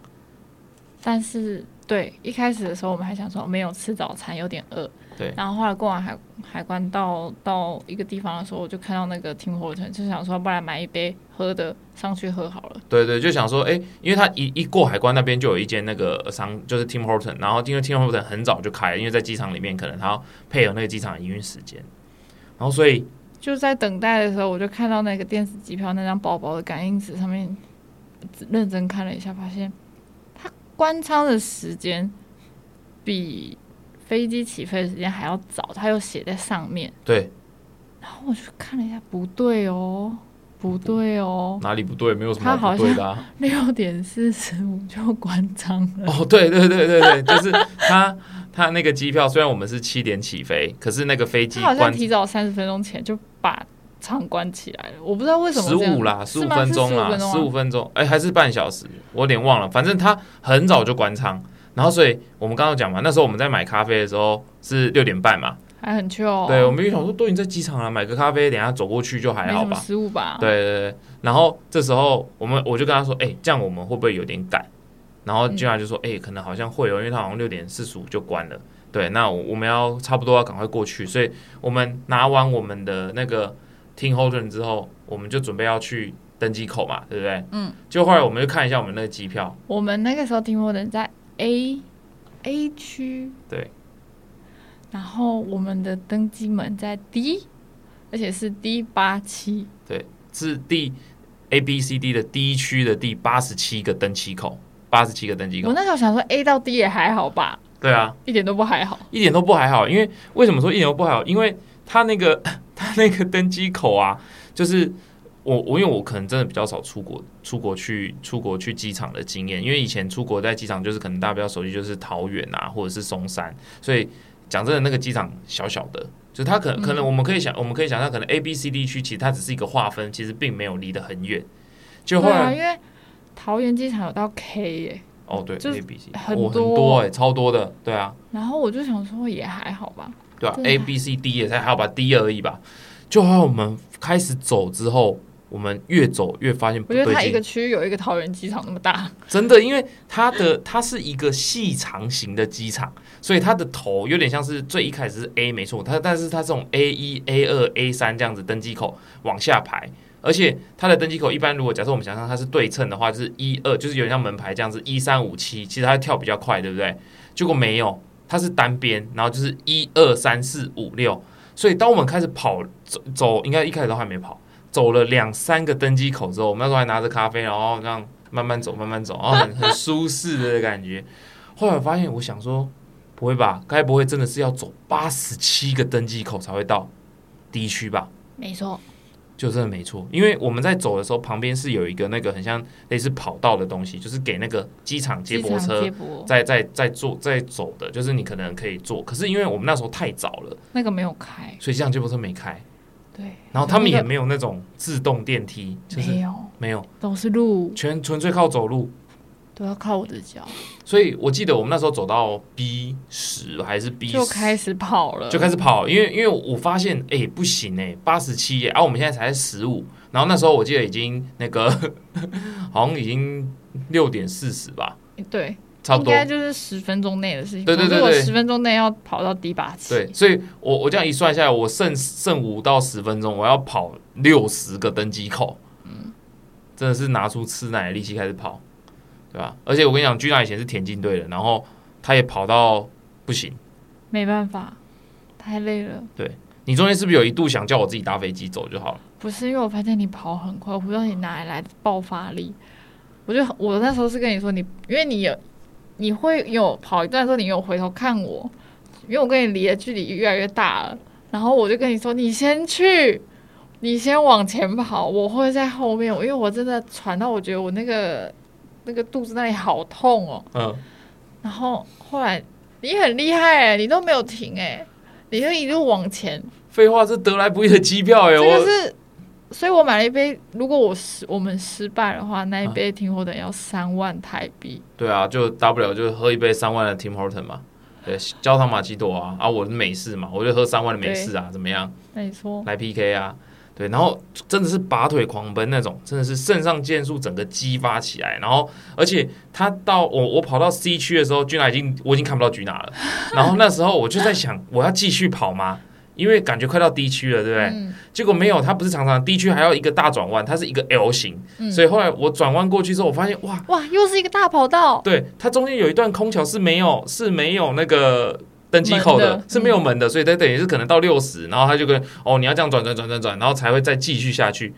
B: 但是对一开始的时候我们还想说哦没有吃早餐，有点饿。
A: 对
B: 然后后来过完海海关到到一个地方的时候，我就看到那个停火城，就想说不然买一杯喝的上去喝好了。
A: 对对，就想说，哎，因为他一一过海关那边就有一间那个商，就是 Tim Horton，然后因为 Tim Horton 很早就开了，因为在机场里面可能他要配合那个机场的营运时间，然后所以
B: 就在等待的时候，我就看到那个电子机票那张薄薄的感应纸上面，认真看了一下，发现它关舱的时间比飞机起飞的时间还要早，它又写在上面。
A: 对
B: 然后我就看了一下，不对哦， [laughs] 不对哦，
A: 哪里不对，没有什
B: 他
A: 么
B: 好
A: 好不对的、啊。
B: 六点四十五就关舱了。
A: 哦，对对对对
B: [laughs]
A: 对，就是他他那个机票，虽然我们是七点起飞，可是那个飞机
B: 他好像
A: 关
B: 提早三十分钟前就把舱关起来了，我不知道为什么
A: 十
B: 这样
A: 五啦，十
B: 是
A: 五
B: 吗
A: 分
B: 是
A: 钟
B: 15
A: 啦，
B: 分钟啊
A: 十五分钟，哎，还是半小时，我有点忘了，反正他很早就关舱。然后，所以我们刚刚讲嘛，那时候我们在买咖啡的时候是六点半嘛，
B: 还很 chill 哦、
A: 对，我们就想说都已经在机场了，买个咖啡，等一下走过去就还
B: 没
A: 好
B: 什么
A: 吧。
B: 失误吧？
A: 对对对，然后这时候我们我就跟他说，哎、这样我们会不会有点赶？然后君雅就说，哎、可能好像会哦，因为他好像六点四十五就关了。对，那我我们要差不多要赶快过去，所以我们拿完我们的那个 team holder 之后，我们就准备要去登机口嘛，对不对？
B: 嗯。
A: 就后来我们就看一下我们那个机票，
B: 我们那个时候停泊人在 A A 区，
A: 对，
B: 然后我们的登机门在 D，而且是 D 八七，
A: 是第 A B C D 的第一区的第八十七个登机口，八十七个登机
B: 我
A: 口。
B: 那时候想说 A 到 D 也还好吧，
A: 对啊，
B: 一点都不还好。
A: 一点都不还好，因为为什么说一点都不还好？因为他那个 [laughs] 他那个登机口啊，就是我我因为我可能真的比较少出国出国去出国去机场的经验，因为以前出国在机场就是可能大家比较熟悉就是桃园啊或者是松山，所以讲真的那个机场小小的。就它可
B: 嗯
A: 可能我们可以想，我们可以想象，可能 A、B、C、D 区其实它只是一个划分，其实并没有离得很远。就后
B: 对啊，
A: 来、
B: 因为桃园机场有到 K 耶、
A: 哦，对
B: 就是
A: ，A、B、C，
B: 很
A: 哦、很
B: 多
A: 多哎、超多的，对啊。
B: 然后我就想说也还好吧，
A: 对啊
B: 对啊
A: ，A B C D 也才还好吧，D 而已吧。就好像我们开始走之后，我们越走越发现不
B: 我觉得它一
A: 对
B: 个
A: 劲，
B: 区有一个桃园机场那么大，
A: 真的，因为它的它是一个细长型的机场，所以它的头有点像是最一开始是 A 没错，它但是它这种 A 一、A 二、A 三这样子登机口往下排，而且它的登机口一般如果假设我们想象它是对称的话，就是一二，就是有点像门牌这样子，一三五七，其实它会跳比较快，对不对？结果没有，它是单边，然后就是一二三四五六，所以当我们开始跑走走，应该一开始都还没跑，走了两三个登机口之后，我们那时候还拿着咖啡，然后这样慢慢走，慢慢走，然后很很 [laughs] 舒适的感觉。后来我发现，我想说，不会吧？该不会真的是要走八十七个登机口才会到 D 区吧？
B: 没错，
A: 就真的没错，因为我们在走的时候，旁边是有一个那个很像类似跑道的东西，就是给那个机场接
B: 机
A: 驳
B: 场
A: 车
B: 接驳
A: 在在在坐在走的，就是你可能可以坐，可是因为我们那时候太早了，
B: 那个没有开，
A: 所以机场接驳车没开，
B: 对，
A: 然后他们
B: 那
A: 也
B: 个
A: 没有那种自动电梯，就是
B: 没有，
A: 没有，
B: 都是路，
A: 全纯粹靠走路。
B: 都要靠我的脚，
A: 所以我记得我们那时候走到 B 十还是 B
B: 就开始跑了，
A: 就开始跑，因为因为我发现哎、不行哎、8八十七耶，啊我们现在才十五，然后那时候我记得已经那个 [laughs] 好像已经六点四十吧，
B: 对，
A: 差不
B: 应
A: 多。
B: 该就是十分钟内的事情。
A: 对对对
B: 我
A: 对
B: 十分钟内要跑到第八期，
A: 对，所以我我这样一算下来，我剩剩五到十分钟，我要跑六十个登机口，
B: 嗯
A: 真的是拿出吃奶的力气开始跑，对吧？而且我跟你讲，居娜以前是田径队的，然后他也跑到不行。
B: 没办法，太累了。
A: 你中间是不是有一度想叫我自己搭飞机走就好了？
B: 不是因为我发现你跑很快，我不知道你哪里来的爆发力。我就我那时候是跟你说你，因为你有你会有跑一段的时候，你有回头看我，因为我跟你离的距离越来越大了，然后我就跟你说你先去，你先往前跑，我会在后面，因为我真的喘到我觉得我那个那个肚子那里好痛哦，
A: 嗯，
B: 然欸后后来你很厉害哎、你都没有停哎、你就一路往前，
A: 废话，这得来不易的机票哎、
B: 这
A: 我
B: 个是，所以我买了一杯。如果我失我们失败的话，那一杯停火等要三万台币。
A: 对啊，就大不了就喝一杯三万的 Tim Horton 嘛，对，焦糖玛奇朵啊，啊，我是美式嘛，我就喝三万的美式啊，怎么样？
B: 那你说，
A: 来 PK 啊，对，然后真的是拔腿狂奔那种，真的是肾上腺素整个激发起来，然后而且他到我我跑到 C 区的时候，居娜已经我已经看不到居娜了，然后那时候我就在想，我要继续跑吗？因为感觉快到 D 区了，对不对？
B: 嗯
A: 结果没有，它不是常常 D 区还要一个大转弯，它是一个 L 型，
B: 嗯
A: 所以后来我转弯过去之后，我发现哇，
B: 哇，又是一个大跑道，
A: 对，它中间有一段空桥是没有是没有那个登机口的，
B: 门的
A: 是没有门的，所以它等于是可能到六十，然后他就跟哦你要这样转转转转转，然后才会再继续下去。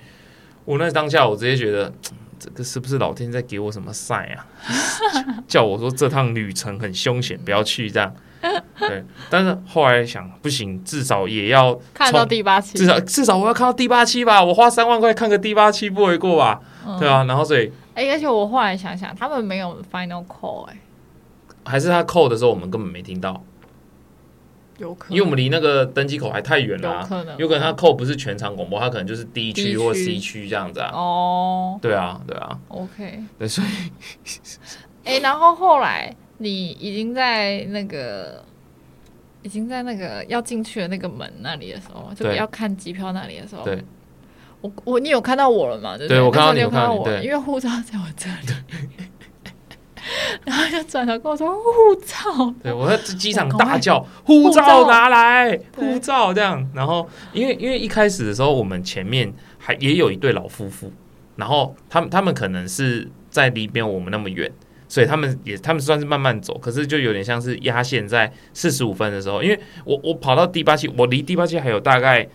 A: 我那当下我直接觉得。嘖嗯这个是不是老天在给我什么赛啊？ [laughs] 叫我说这趟旅程很凶险，不要去这样。对，但是后来想不行，至少也要
B: 看到
A: 冲
B: 第八期，
A: 至少至少我要看到第八期吧，我花三万块看个第八期不为过吧？
B: 嗯
A: 对。啊，然后所以
B: 哎、而且我后来想想，他们没有 final call，哎、
A: 还是他扣的时候我们根本没听到，
B: 有可能，
A: 因为我们离那个登机口还太远了、
B: 嗯有
A: 啊，
B: 可能，
A: 有可能他扣不是全场广播，他可能就是 D
B: 地
A: 区
B: 区
A: 或 C 区这样子啊。
B: 哦
A: 对啊，对啊，
B: ，OK，
A: 对，所以
B: 哎、然后后来你已经在那个。已经在那个要进去的那个门那里的时候，就
A: 对
B: 要看机票那里的时候，
A: 对
B: 我我你有看到我了吗？对不
A: 对我
B: 那时候
A: 看到你我
B: 有
A: 看到
B: 到
A: 你
B: 我了，
A: 对
B: 因为护照在我这里，
A: [laughs]
B: 然后就转头跟我说护照，
A: 对我在机场
B: 赶快
A: 大叫护照拿来，
B: 对
A: 护照这样。然后因为因为一开始的时候，我们前面还也有一对老夫妇，然后他们他们可能是在离边我们那么远。所以他们也，他们算是慢慢走，可是就有点像是压线在四十五分的时候，因为我我跑到第八期，我离第八期还有大概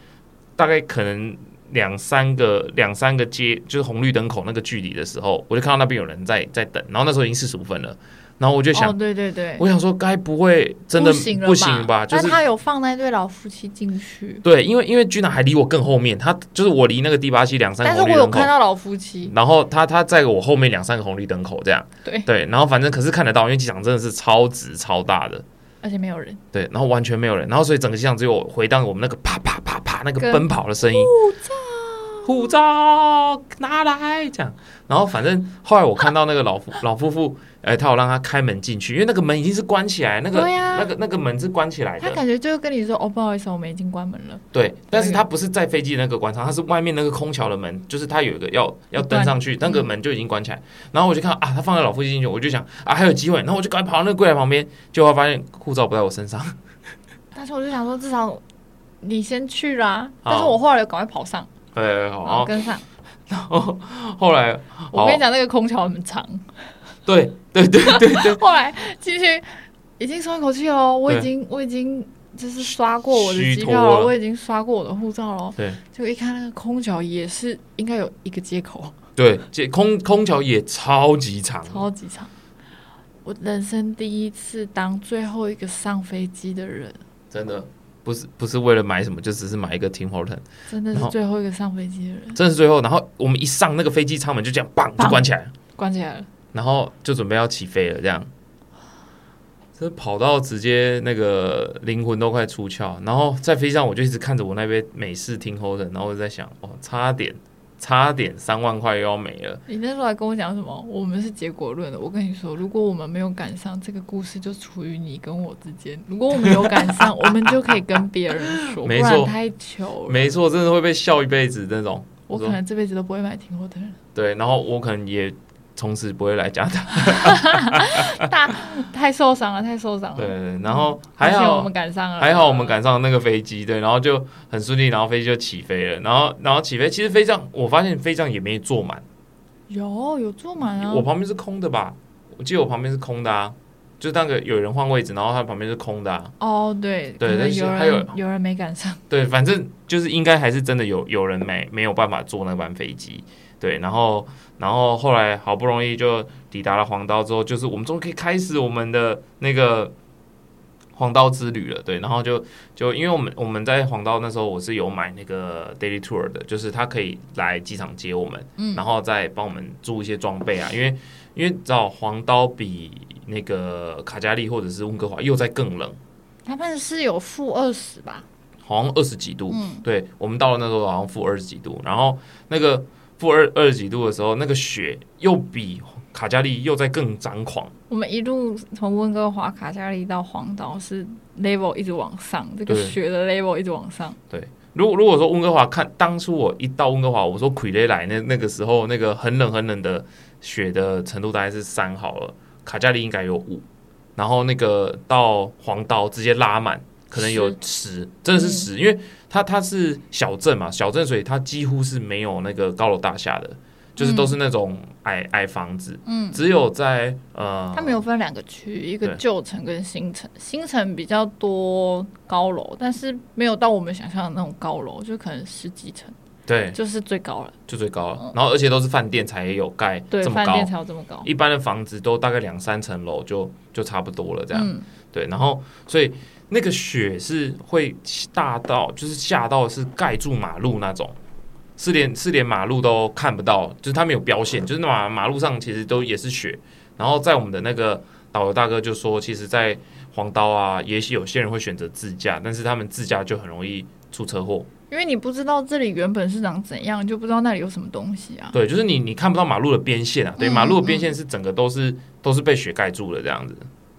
A: 大概可能两三个两三个街，就是红绿灯口那个距离的时候，我就看到那边有人在在等，然后那时候已经四十五分了，然后我就想
B: 哦，，对对对，
A: 我想说，该不会真的
B: 不行了
A: 不行吧？就
B: 但
A: 是
B: 他有放那对老夫妻进去，
A: 对，因为因为居然还离我更后面，他就是我离那个第八期两三
B: 但
A: 个
B: 是
A: 红
B: 我
A: 绿
B: 有
A: 灯口
B: 看，到老夫妻，
A: 然后他他在我后面两三个红绿灯口这样，
B: 对，
A: 对，然后反正可是看得到，因为机场真的是超值超大的，
B: 而且没有人，
A: 对，然后完全没有人，然后所以整个机场只有回荡我们那个啪啪啪啪那个
B: 跟
A: 奔跑的声音，护照拿来这样，然后反正后来我看到那个老夫老夫妇，哎，他有让他开门进去，因为那个门已经是关起来，那个、
B: 对啊
A: 那个那个门是关起来的
B: 他，感觉就跟你说哦，不好意思，我们已经关门了，
A: 对，但是
B: 对
A: 它不是在飞机的那个关舱，它是外面那个空桥的门，就是它有一个要要登上去，那个门就已经关起来。然后我就看到啊，他放在老夫妻进去，我就想啊还有机会，然后我就赶快跑到那个柜台旁边，结果发现护照不在我身上。
B: 但是我就想说，至少你先去啦，
A: 好
B: 但是我后来赶快跑上，
A: [laughs] 对，
B: 然后
A: 好，
B: 跟上，
A: 然后哎 [laughs] 后来
B: 我
A: 好
B: 跟你讲，那个空桥很长，
A: 对对对对
B: [laughs]
A: 对，
B: 后来进去已经松一口气了，我已
A: 对
B: 经我已经就是刷过我的
A: 虚
B: 机
A: 脱
B: 票了，
A: 了
B: 我已经刷过我的护照了，
A: 对
B: 结果一看那个空桥也是应该有一个接口，
A: 对，这空空桥也超级长，
B: 超级长。我人生第一次当最后一个上飞机的人，
A: 真的不是不是为了买什么，就只是买一个 Tim Horton。
B: 真的
A: 然
B: 是
A: 后
B: 最后一个上飞机的人，
A: 真的是最后，然后我们一上那个飞机舱门就这样，棒就
B: 砰
A: 关起来了。
B: 关起来了。
A: 然后就准备要起飞了，这样，这跑到直接那个灵魂都快出窍，然后在飞机上我就一直看着我那杯美式听后人，然后我就在想，哦，差点，差点三万块又要没了，
B: 你那时候还跟我讲什么？我们是结果论的。我跟你说，如果我们没有赶上，这个故事就处于你跟我之间；如果我们有赶上，我们就可以跟别人说，不
A: 没错
B: 然太糗了。
A: 没错，真的会被笑一辈子那种。
B: 我可能这辈子都不会买停后的人。
A: 对，然后我可能也从此不会来加拿大。
B: 大太受伤了，太受伤了。
A: 对，然后
B: 而
A: 还
B: 且
A: 好
B: 哦我们赶上了，
A: 还好我们赶上那个飞机，对，然后就很顺利，然后飞机就起飞了，然后然后起飞，其实飞机上我发现飞机上也没坐满。
B: 有有坐满啊。
A: 我旁边是空的吧？我记得我旁边是空的啊，就那个有人换位置，然后他旁边是空的啊。
B: 哦，对，
A: 对
B: 可能
A: 但是
B: 有
A: 还
B: 人
A: 有
B: 有人没赶上，
A: 对，反正就是应该还是真的有有人没没有办法坐那班飞机。对，然后然后后来好不容易就抵达了黄刀之后，就是我们终于可以开始我们的那个黄刀之旅了。对，然后就就因为我们我们在黄刀那时候我是有买那个 daily tour 的，就是他可以来机场接我们，
B: 嗯
A: 然后再帮我们租一些装备啊，因为因为你知道黄刀比那个卡加利或者是温哥华又在更冷。
B: 他们是有负二十吧？
A: 好像二十几度，
B: 嗯
A: 对我们到了那时候好像负二十几度，然后那个负二二十几度的时候，那个雪又比卡加利又在更张狂，
B: 我们一路从温哥华、卡加利到黄岛是 level 一直往上，这个
A: 对
B: 雪的 level 一直往上。
A: 如果如果说温哥华看，当初我一到温哥华，我说魁雷来那那个时候那个很冷很冷的雪的程度大概是三好了，卡加利应该有五，然后那个到黄岛直接拉满，可能有十，真的
B: 嗯
A: 是十，因为它它是小镇嘛，小镇所以它几乎是没有那个高楼大厦的，就是都是那种矮矮房子，
B: 嗯，
A: 只有在呃，
B: 它没有分两个区，一个
A: 对
B: 旧城跟新城。新城比较多高楼，但是没有到我们想象的那种高楼，就可能十几层
A: 对，
B: 就是最高了。
A: 就最高了，然后而且都是饭店才有盖
B: 对，
A: 这么
B: 饭
A: 高
B: 店，才有这么高。
A: 一般的房子都大概两三层楼就就差不多了，这样、
B: 嗯，
A: 对。然后所以那个雪是会大到，就是下到是盖住马路那种，是连是连马路都看不到，就是它没有标线，就是马马路上其实都也是雪。然后在我们的那个导游大哥就说，其实，在黄刀啊，也许有些人会选择自驾，但是他们自驾就很容易出车祸。
B: 因为你不知道这里原本是长怎样，就不知道那里有什么东西啊。
A: 对，就是你你看不到马路的边线啊，对，
B: 嗯
A: 马路的边线是整个都是都是被雪盖住的这样子。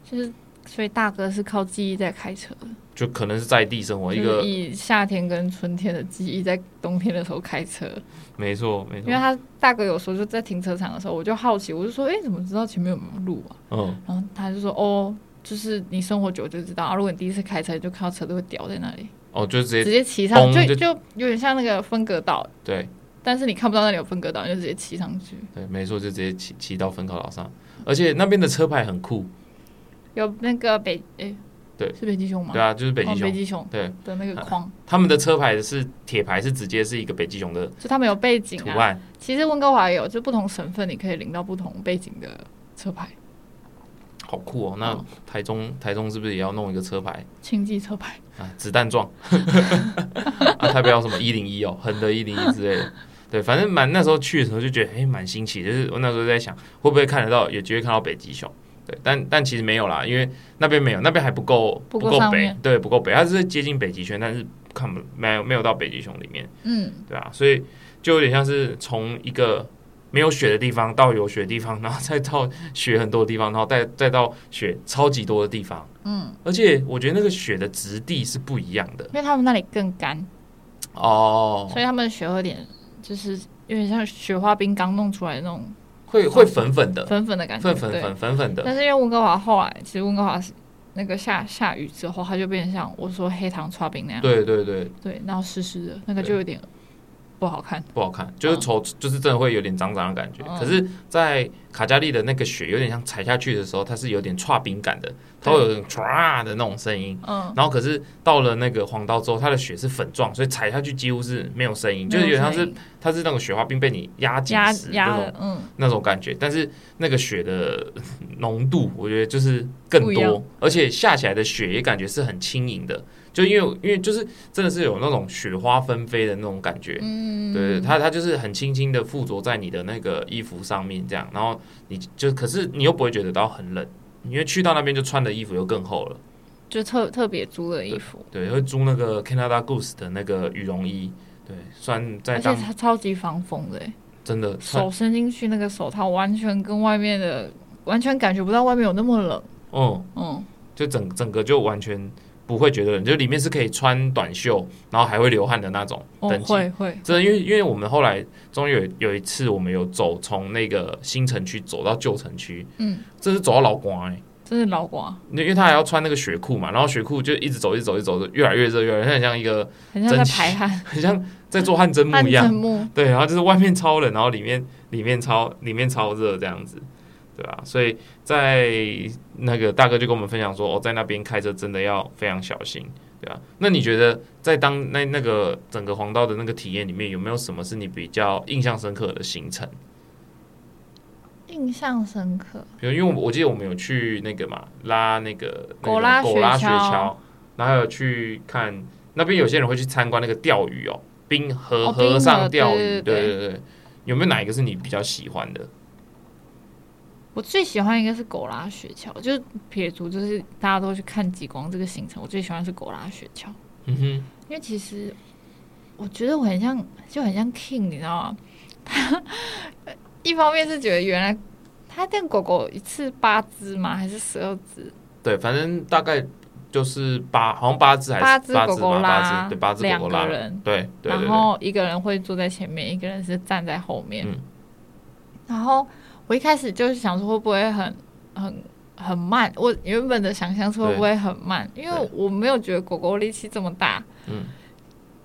B: 就是所以大哥是靠记忆在开车的，
A: 就可能是在地生哦活，一
B: 就
A: 个
B: 是以夏天跟春天的记忆在冬天的时候开车。
A: 没错没
B: 因为
A: 错，
B: 他大哥有时候就在停车场的时候，我就好奇，我就说，哎、怎么知道前面有没有路啊？
A: 嗯，
B: 然后他就说，哦，就是你生活久就知道啊，如果你第一次开车，你就看到车都会掉在那里，
A: 哦，就直
B: 直
A: 接
B: 接骑上，
A: 嘣
B: 就
A: 就
B: 就有点像那个分隔岛，
A: 对
B: 但是你看不到那里有分隔岛，你就直接骑上去。
A: 对，没错，就直接骑骑到分考岛上，而且那边的车牌很酷，
B: 有那个北，哎、
A: 对
B: 是北极熊吗？
A: 对啊，就是北极
B: 哦北
A: 熊，
B: 极熊
A: 对，
B: 的那个框，
A: 他们的车牌是铁牌，是直接是一个北极熊的
B: 就他们有背景
A: 图
B: 啊。
A: 案，
B: 其实温哥华也有，就不同省份你可以领到不同背景的车牌，
A: 好酷哦。那
B: 嗯
A: 台中台中是不是也要弄一个车牌
B: 轻机车牌。
A: 啊？子弹撞， [laughs] 啊，台北要什么一零一哦，横的一零一之类的。对，反正蛮那时候去的时候就觉得，哎，蛮新奇。就是我那时候在想，会不会看得到，有机会看到北极熊？对，但但其实没有啦，因为那边没有，那边还不够
B: 不够
A: 够
B: 上
A: 北
B: 面，
A: 对，不够北，它是接近北极圈，但是看不没有没有到北极熊里面，
B: 嗯，
A: 对啊，所以就有点像是从一个没有雪的地方到有雪的地方，然后再到雪很多的地方，然后再再到雪超级多的地方，嗯，而且我觉得那个雪的质地是不一样的
B: 因为他们那里更干，
A: 哦，
B: 所以他们的雪有点就是有点像雪花冰刚弄出来的那种
A: 会会粉粉的，
B: 粉粉的感觉，
A: 粉粉
B: 对。
A: 粉粉粉的，
B: 但是因为温哥华后来，其实温哥华是那个下下雨之后，它就变成像我说黑糖刨冰那样，
A: 对对对，
B: 对，然后湿湿的，那个
A: 对
B: 就有点不好看。
A: 不好看，就是丑，就是真的会有点脏脏的感觉。
B: 嗯
A: 可是，在卡加利的那个雪有点像踩下去的时候，它是有点唰冰感的，它会有点唰的那种声音。
B: 嗯，
A: 然后可是到了那个黄道之后，它的雪是粉状，所以踩下去几乎是没有声音，就是有点像
B: 没有
A: 是
B: 声音
A: 它是那种雪花冰被你压紧
B: 压
A: 实那
B: 压
A: 种
B: 的，嗯，
A: 那种感觉。但是那个雪的浓度，我觉得就是更
B: 不一样
A: 多，而且下起来的雪也感觉是很轻盈的，就因为因为就是真的是有那种雪花纷飞的那种感觉。
B: 嗯，
A: 对，它它就是很轻轻的附着在你的那个衣服上面，这样，然后你就可是你又不会觉得到很冷，因为去到那边就穿的衣服又更厚了，
B: 就特特别租的衣服，
A: 对，会租那个 Canada Goose 的那个羽绒衣，对，算在
B: 而且
A: 当
B: 它超级防风的欸、
A: 真的穿，
B: 手伸进去那个手套，完全跟外面的完全感觉不到外面有那么冷。
A: 嗯，
B: 嗯，
A: 就整整个就完全不会觉得冷，就里面是可以穿短袖，然后还会流汗的那种
B: 哦
A: 等，级。
B: 会会，
A: 真的，因为因为我们后来终于有有一次，我们有走从那个新城区走到旧城区，
B: 嗯，
A: 真是走到老光哎、
B: 真是老瓜，
A: 那因为他还要穿那个雪裤嘛，然后雪裤就一直走，一直走，一直走，越来越热，越来越热很像一个
B: 很像在
A: 蒸汽
B: 排汗，
A: 很像在做汗蒸
B: 汗
A: 木一
B: 蒸
A: 样。
B: 木。
A: 对，然后就是外面超冷，然后里面里面超里面超热这样子，对啊，所以在那个大哥就跟我们分享说，哦，在那边开车真的要非常小心，对啊。那你觉得在当那那个整个黄道的那个体验里面，有没有什么是你比较印象深刻的行程？
B: 印象深刻，
A: 比如，因为我我记得我们有去那个嘛，拉那个那
B: 狗
A: 个
B: 拉
A: 狗拉
B: 雪
A: 雪
B: 橇
A: 橇，然后还有去看那边有些人会去参观那个钓鱼哦，冰河、
B: 哦冰
A: 河
B: 河
A: 上钓
B: 对
A: 鱼，
B: 对对
A: 对对对，有没有哪一个是你比较喜欢的？
B: 我最喜欢应该是狗拉雪橇，就是撇除就是大家都去看极光这个行程，我最喜欢是狗拉雪橇。
A: 嗯哼，
B: 因为其实我觉得我很像，就很像 King，你知道吗？ [laughs] 他一方面是觉得原来他跟狗狗一次八只吗？还是十二只？
A: 对，反正大概就是八，好像八只还是
B: 八只
A: 只吧
B: 狗狗拉
A: 八只对，八只狗狗拉
B: 两个人，
A: 对对对
B: 然
A: 对，
B: 后一个人会坐在前面，一个人是站在后面。
A: 嗯
B: 然后我一开始就是想说会不会很很很慢，我原本的想象是会不会很慢，因为
A: 对
B: 我没有觉得狗狗力气这么大。
A: 嗯，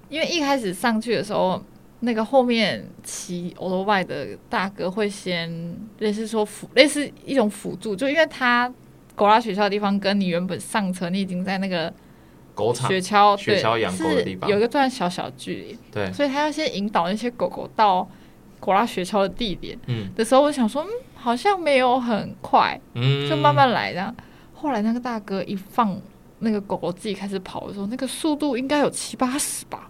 B: 因为一开始上去的时候，那个后面骑 o l o b i 的大哥会先类似说辅，类似一种辅助，就因为他狗拉雪橇的地方跟你原本上车，你已经在那个
A: 狗场
B: 雪橇
A: 雪
B: 对
A: 橇养狗的地方
B: 是有一个段小小距离，
A: 对，
B: 所以他要先引导那些狗狗到狗拉雪橇的地点
A: 嗯
B: 的时候，我想说，嗯，好像没有很快，
A: 嗯，
B: 就慢慢来这样。后来那个大哥一放那个狗狗自己开始跑的时候，那个速度应该有七八十吧？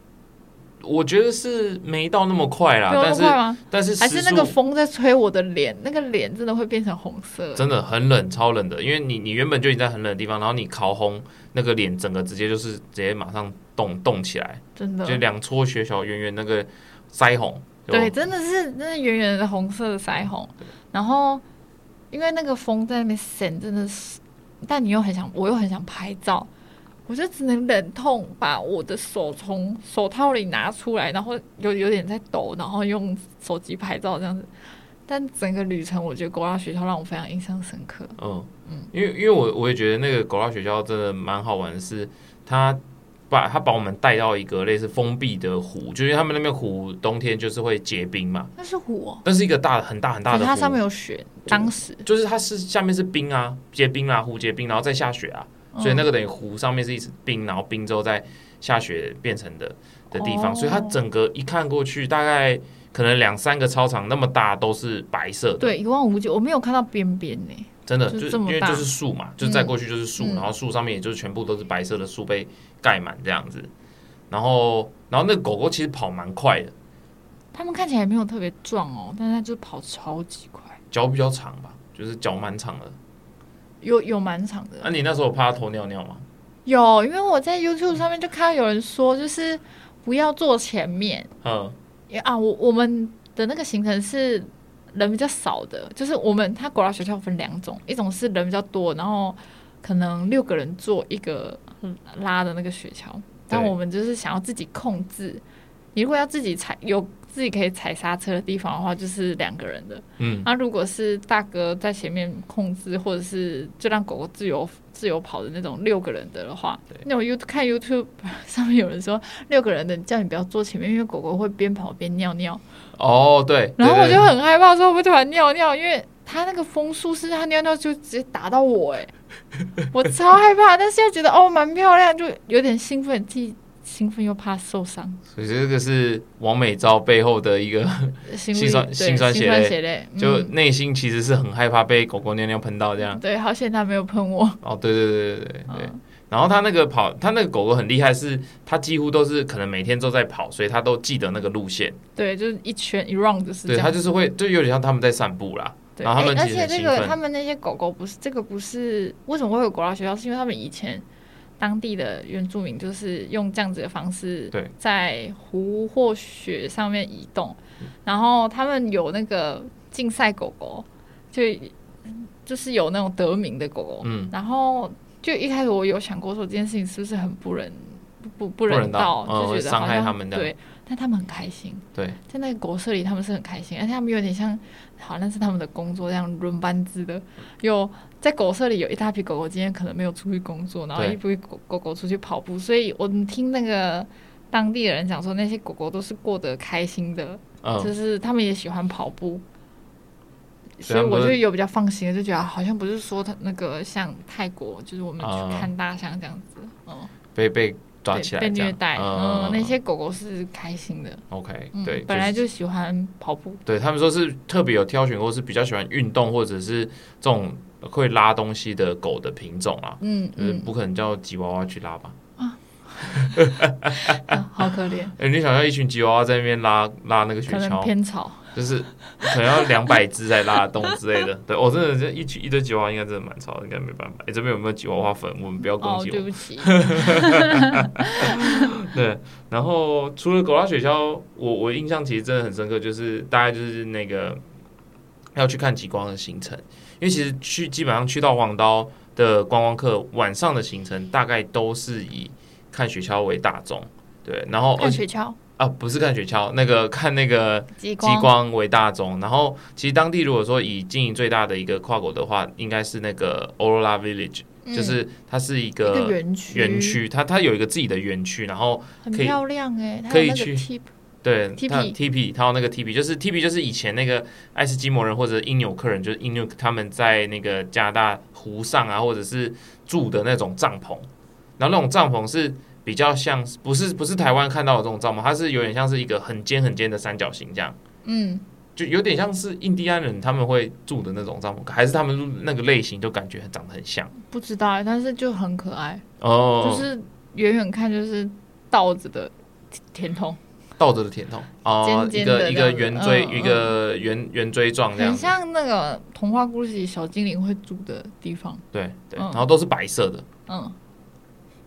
A: 我觉得是没到那么快啦，
B: 有
A: 啊
B: 那
A: 但
B: 么
A: 是
B: 快吗？
A: 但是
B: 还
A: 时
B: 是那个
A: 速
B: 风在吹我的脸，那个脸真的会变成红色。
A: 真的很冷，超冷的，因为你你原本就已经在很冷的地方，然后你烤烘，那个脸整个直接就是直接马上冻冻起来，
B: 真的
A: 就，两撮雪小圆圆那个腮红，就
B: 对，真的是那圆圆的红色的腮红。然后，因为那个风在那边闪，真的是，但你又很想，我又很想拍照，我就只能忍痛把我的手从手套里拿出来，然后有有点在抖，然后用手机拍照这样子。但整个旅程，我觉得国家学校让我非常印象深刻。
A: 嗯，因为因为我我也觉得那个狗拉雪橇真的蛮好玩的是，它把它把我们带到一个类似封闭的湖，就是他们那边湖冬天就是会结冰嘛，
B: 那是湖、哦，
A: 但是一个大很大很大
B: 可
A: 的
B: 是
A: 湖，
B: 它上面有雪，当时
A: 就是它是下面是冰啊，结冰啊，湖结冰，然后再下雪啊，
B: 嗯
A: 所以那个等于湖上面是一层冰，然后冰之后再下雪变成的的地方，
B: 哦
A: 所以它整个一看过去，大概可能两三个操场那么大都是白色的，
B: 对一望无际，我没有看到边边呢。
A: 真的
B: 就
A: 就是是
B: 这
A: 因
B: 么
A: 为
B: 大
A: 就是树嘛，就是再过去就是树，
B: 嗯
A: 然后树上面也就是全部都是白色的树被盖满这样子，然后然后那个狗狗其实跑蛮快的，
B: 他们看起来也没有特别壮哦，但是他就跑超级快，
A: 脚比较长吧，就是脚蛮长的。啊
B: 有有蛮长的。
A: 那、你那时候有怕它偷尿尿吗？
B: 有，因为我在 YouTube 上面就看到有人说，就是不要坐前面，
A: 嗯，
B: 因为啊，我我们的那个行程是人比较少的，就是我们它狗拉学校分两种，一种是人比较多，然后可能六个人坐一个嗯拉的那个雪橇，但
A: 对
B: 我们就是想要自己控制。你如果要自己踩，有自己可以踩刹车的地方的话，就是两个人的。
A: 嗯，
B: 那、如果是大哥在前面控制，或者是就让狗狗自由自由跑的那种六个人的的话
A: 对，
B: 那我 You 看 YouTube [laughs] 上面有人说六个人的叫你不要坐前面，因为狗狗会边跑边尿尿。
A: 哦对，
B: 然后我
A: 对
B: 就很害怕说会不会突然尿尿，因为它那个风速是它尿尿就直接打到我、
A: [laughs]
B: 欸，我超害怕，但是又觉得哦蛮漂亮，就有点兴奋，既兴奋又怕受伤，
A: 对所以这个是王美照背后的一个，
B: 心
A: 心酸
B: 酸
A: 心酸血泪
B: 血泪，
A: 就
B: 嗯
A: 内心其实是很害怕被狗狗尿尿喷到这样。
B: 对，好险它没有喷我，
A: 哦，对对对对对对。
B: 嗯
A: 然后它那个跑，它那个狗狗很厉害是，它几乎都是可能每天都在跑，所以它都记得那个路线。
B: 对，就是一圈一 round 就是这
A: 对，
B: 样
A: 它。就是会，就有点像他们在散步啦。
B: 对，
A: 然后他们
B: 诶哎而
A: 其实
B: 且
A: 很
B: 这
A: 兴
B: 个
A: 奋
B: 他们那些狗狗不是这个不是为什么会有狗拉学校？是因为他们以前当地的原住民就是用这样子的方式
A: 对，
B: 在湖或雪上面移动，
A: 嗯
B: 然后他们有那个竞赛狗狗，就就是有那种得名的狗狗，
A: 嗯，
B: 然后就一开始我有想过说这件事情是不是很不人不不不
A: 人
B: 人道，
A: 道嗯
B: 就
A: 会
B: 觉得
A: 伤
B: 好
A: 害
B: 像
A: 他们这样
B: 对，但他们很开心。
A: 对，
B: 在那个狗舍里，他们是很开心，而且他们有点像，好像是他们的工作这样轮班制的。有在狗舍里有一大批狗狗，今天可能没有出去工作，然后
A: 对
B: 一批狗狗狗出去跑步，所以我们听那个当地的人讲说，那些狗狗都是过得开心的，就
A: 嗯，
B: 是他们也喜欢跑步。
A: 所以他
B: 所以
A: 们
B: 我
A: 不
B: 就是有比较放心了，就觉得好像不是说他那个像泰国，就是我们
A: 啊
B: 去看大象这样子，嗯，
A: 被被抓
B: 对
A: 起来
B: 被
A: 这样
B: 虐待，嗯，那些狗狗是开心的，
A: OK，
B: 嗯
A: 对，，
B: 本来
A: 就是
B: 就喜欢跑步，
A: 对他们说是特别有挑选，或是比较喜欢运动，或者是这种会拉东西的狗的品种啊，
B: 嗯
A: 就是
B: 嗯，
A: 不可能叫吉娃娃去拉吧？
B: 啊好可怜，
A: 嗯
B: 啊
A: [laughs] 哎、你想要一群吉娃娃在那边拉拉那个雪
B: 可能
A: 橇，
B: 偏吵，
A: 就是可能要两百只才拉得动之
B: [laughs]
A: 类的。对，我、真的这一群一堆吉娃娃应该真的蛮吵，应该没办法。哎、这边有没有吉娃娃粉？我们不要攻
B: 哦，
A: 击我
B: 对不
A: [laughs]
B: 起，
A: 对，然后除了狗拉雪橇，我我印象其实真的很深刻，就是大概就是那个要去看极光的行程，因为其实去基本上去到黄岛的观光客晚上的行程大概都是以看雪橇为大宗，对，然后而
B: 看
A: 且
B: 雪橇，
A: 啊不是看雪橇，那个看那个
B: 极
A: 极光为大宗，然后其实当地如果说以经营最大的一个跨国的话，应该是那个 Aurora Village，、就是它是一
B: 嗯一个
A: 个
B: 园区，
A: 园区，它它有一个自己的园区，然后
B: 很
A: 可以
B: 漂亮哎，它有
A: 可以
B: 那个
A: 去
B: tip
A: 对
B: TP
A: 它 TP，它有那个 TP，就是 TP 就是以前那个爱斯基摩人或者因纽克人，就是因纽他们在那个加拿大湖上啊，或者是住的那种帐篷，然后那种帐篷是比较像，不是不是台湾看到的这种帐篷，它是有点像是一个很尖很尖的三角形这样，
B: 嗯，
A: 就有点像是印第安人他们会住的那种帐篷，还是他们住那个类型就感觉长得很像
B: 不知道哎，但是就很可爱，
A: 哦，
B: 就是远远看就是稻子的甜筒，
A: 倒着的甜筒哦，
B: 尖尖的
A: 一
B: 这
A: 个一
B: 样
A: 个
B: 子
A: 圆锥、
B: 嗯
A: 一个圆圆锥状嗯这样
B: 很
A: 子，
B: 像那个童话故事里小精灵会住的地方，
A: 对对，
B: 嗯
A: 然后都是白色的。
B: 嗯，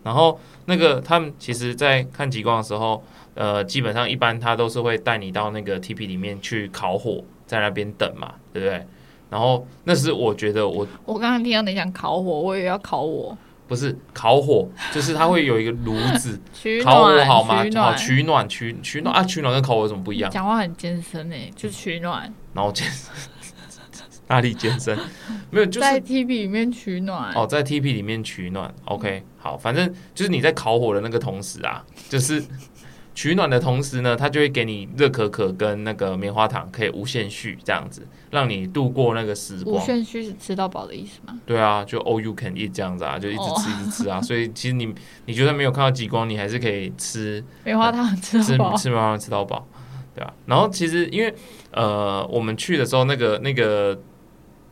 A: 然后那个他们其实，在看极光的时候，呃，基本上一般他都是会带你到那个 TP 里面去烤火，在那边等嘛，对不对？然后那是我觉得我
B: 我刚刚听到你讲烤火，我也要烤我，
A: 不是烤火，就是它会有一个炉子
B: 取暖，
A: 烤火好吗
B: 取？
A: 好
B: 暖，
A: 取暖取取暖啊，取暖跟烤火有什么不一样？嗯
B: 讲话很尖深哎，就取暖，
A: 然后健身哪里健身？没有，就是
B: 在 T B 里面取暖，
A: 哦，在 TP 里面取暖，OK，好，反正就是你在烤火的那个同时啊，就是取暖的同时呢，它就会给你热可可跟那个棉花糖，可以无限续这样子，让你度过那个时
B: 无
A: 光。
B: 限续是吃到饱的意思吗？
A: 对啊，就 all you can eat 这样子啊，就一直
B: 哦
A: 吃一直吃啊。所以其实你你就算没有看到极光，你还是可以吃
B: 棉花糖吃 [laughs]
A: 吃
B: 到饱，
A: 吃麻辣吃到饱，对吧、然后其实因为呃，我们去的时候，那个那个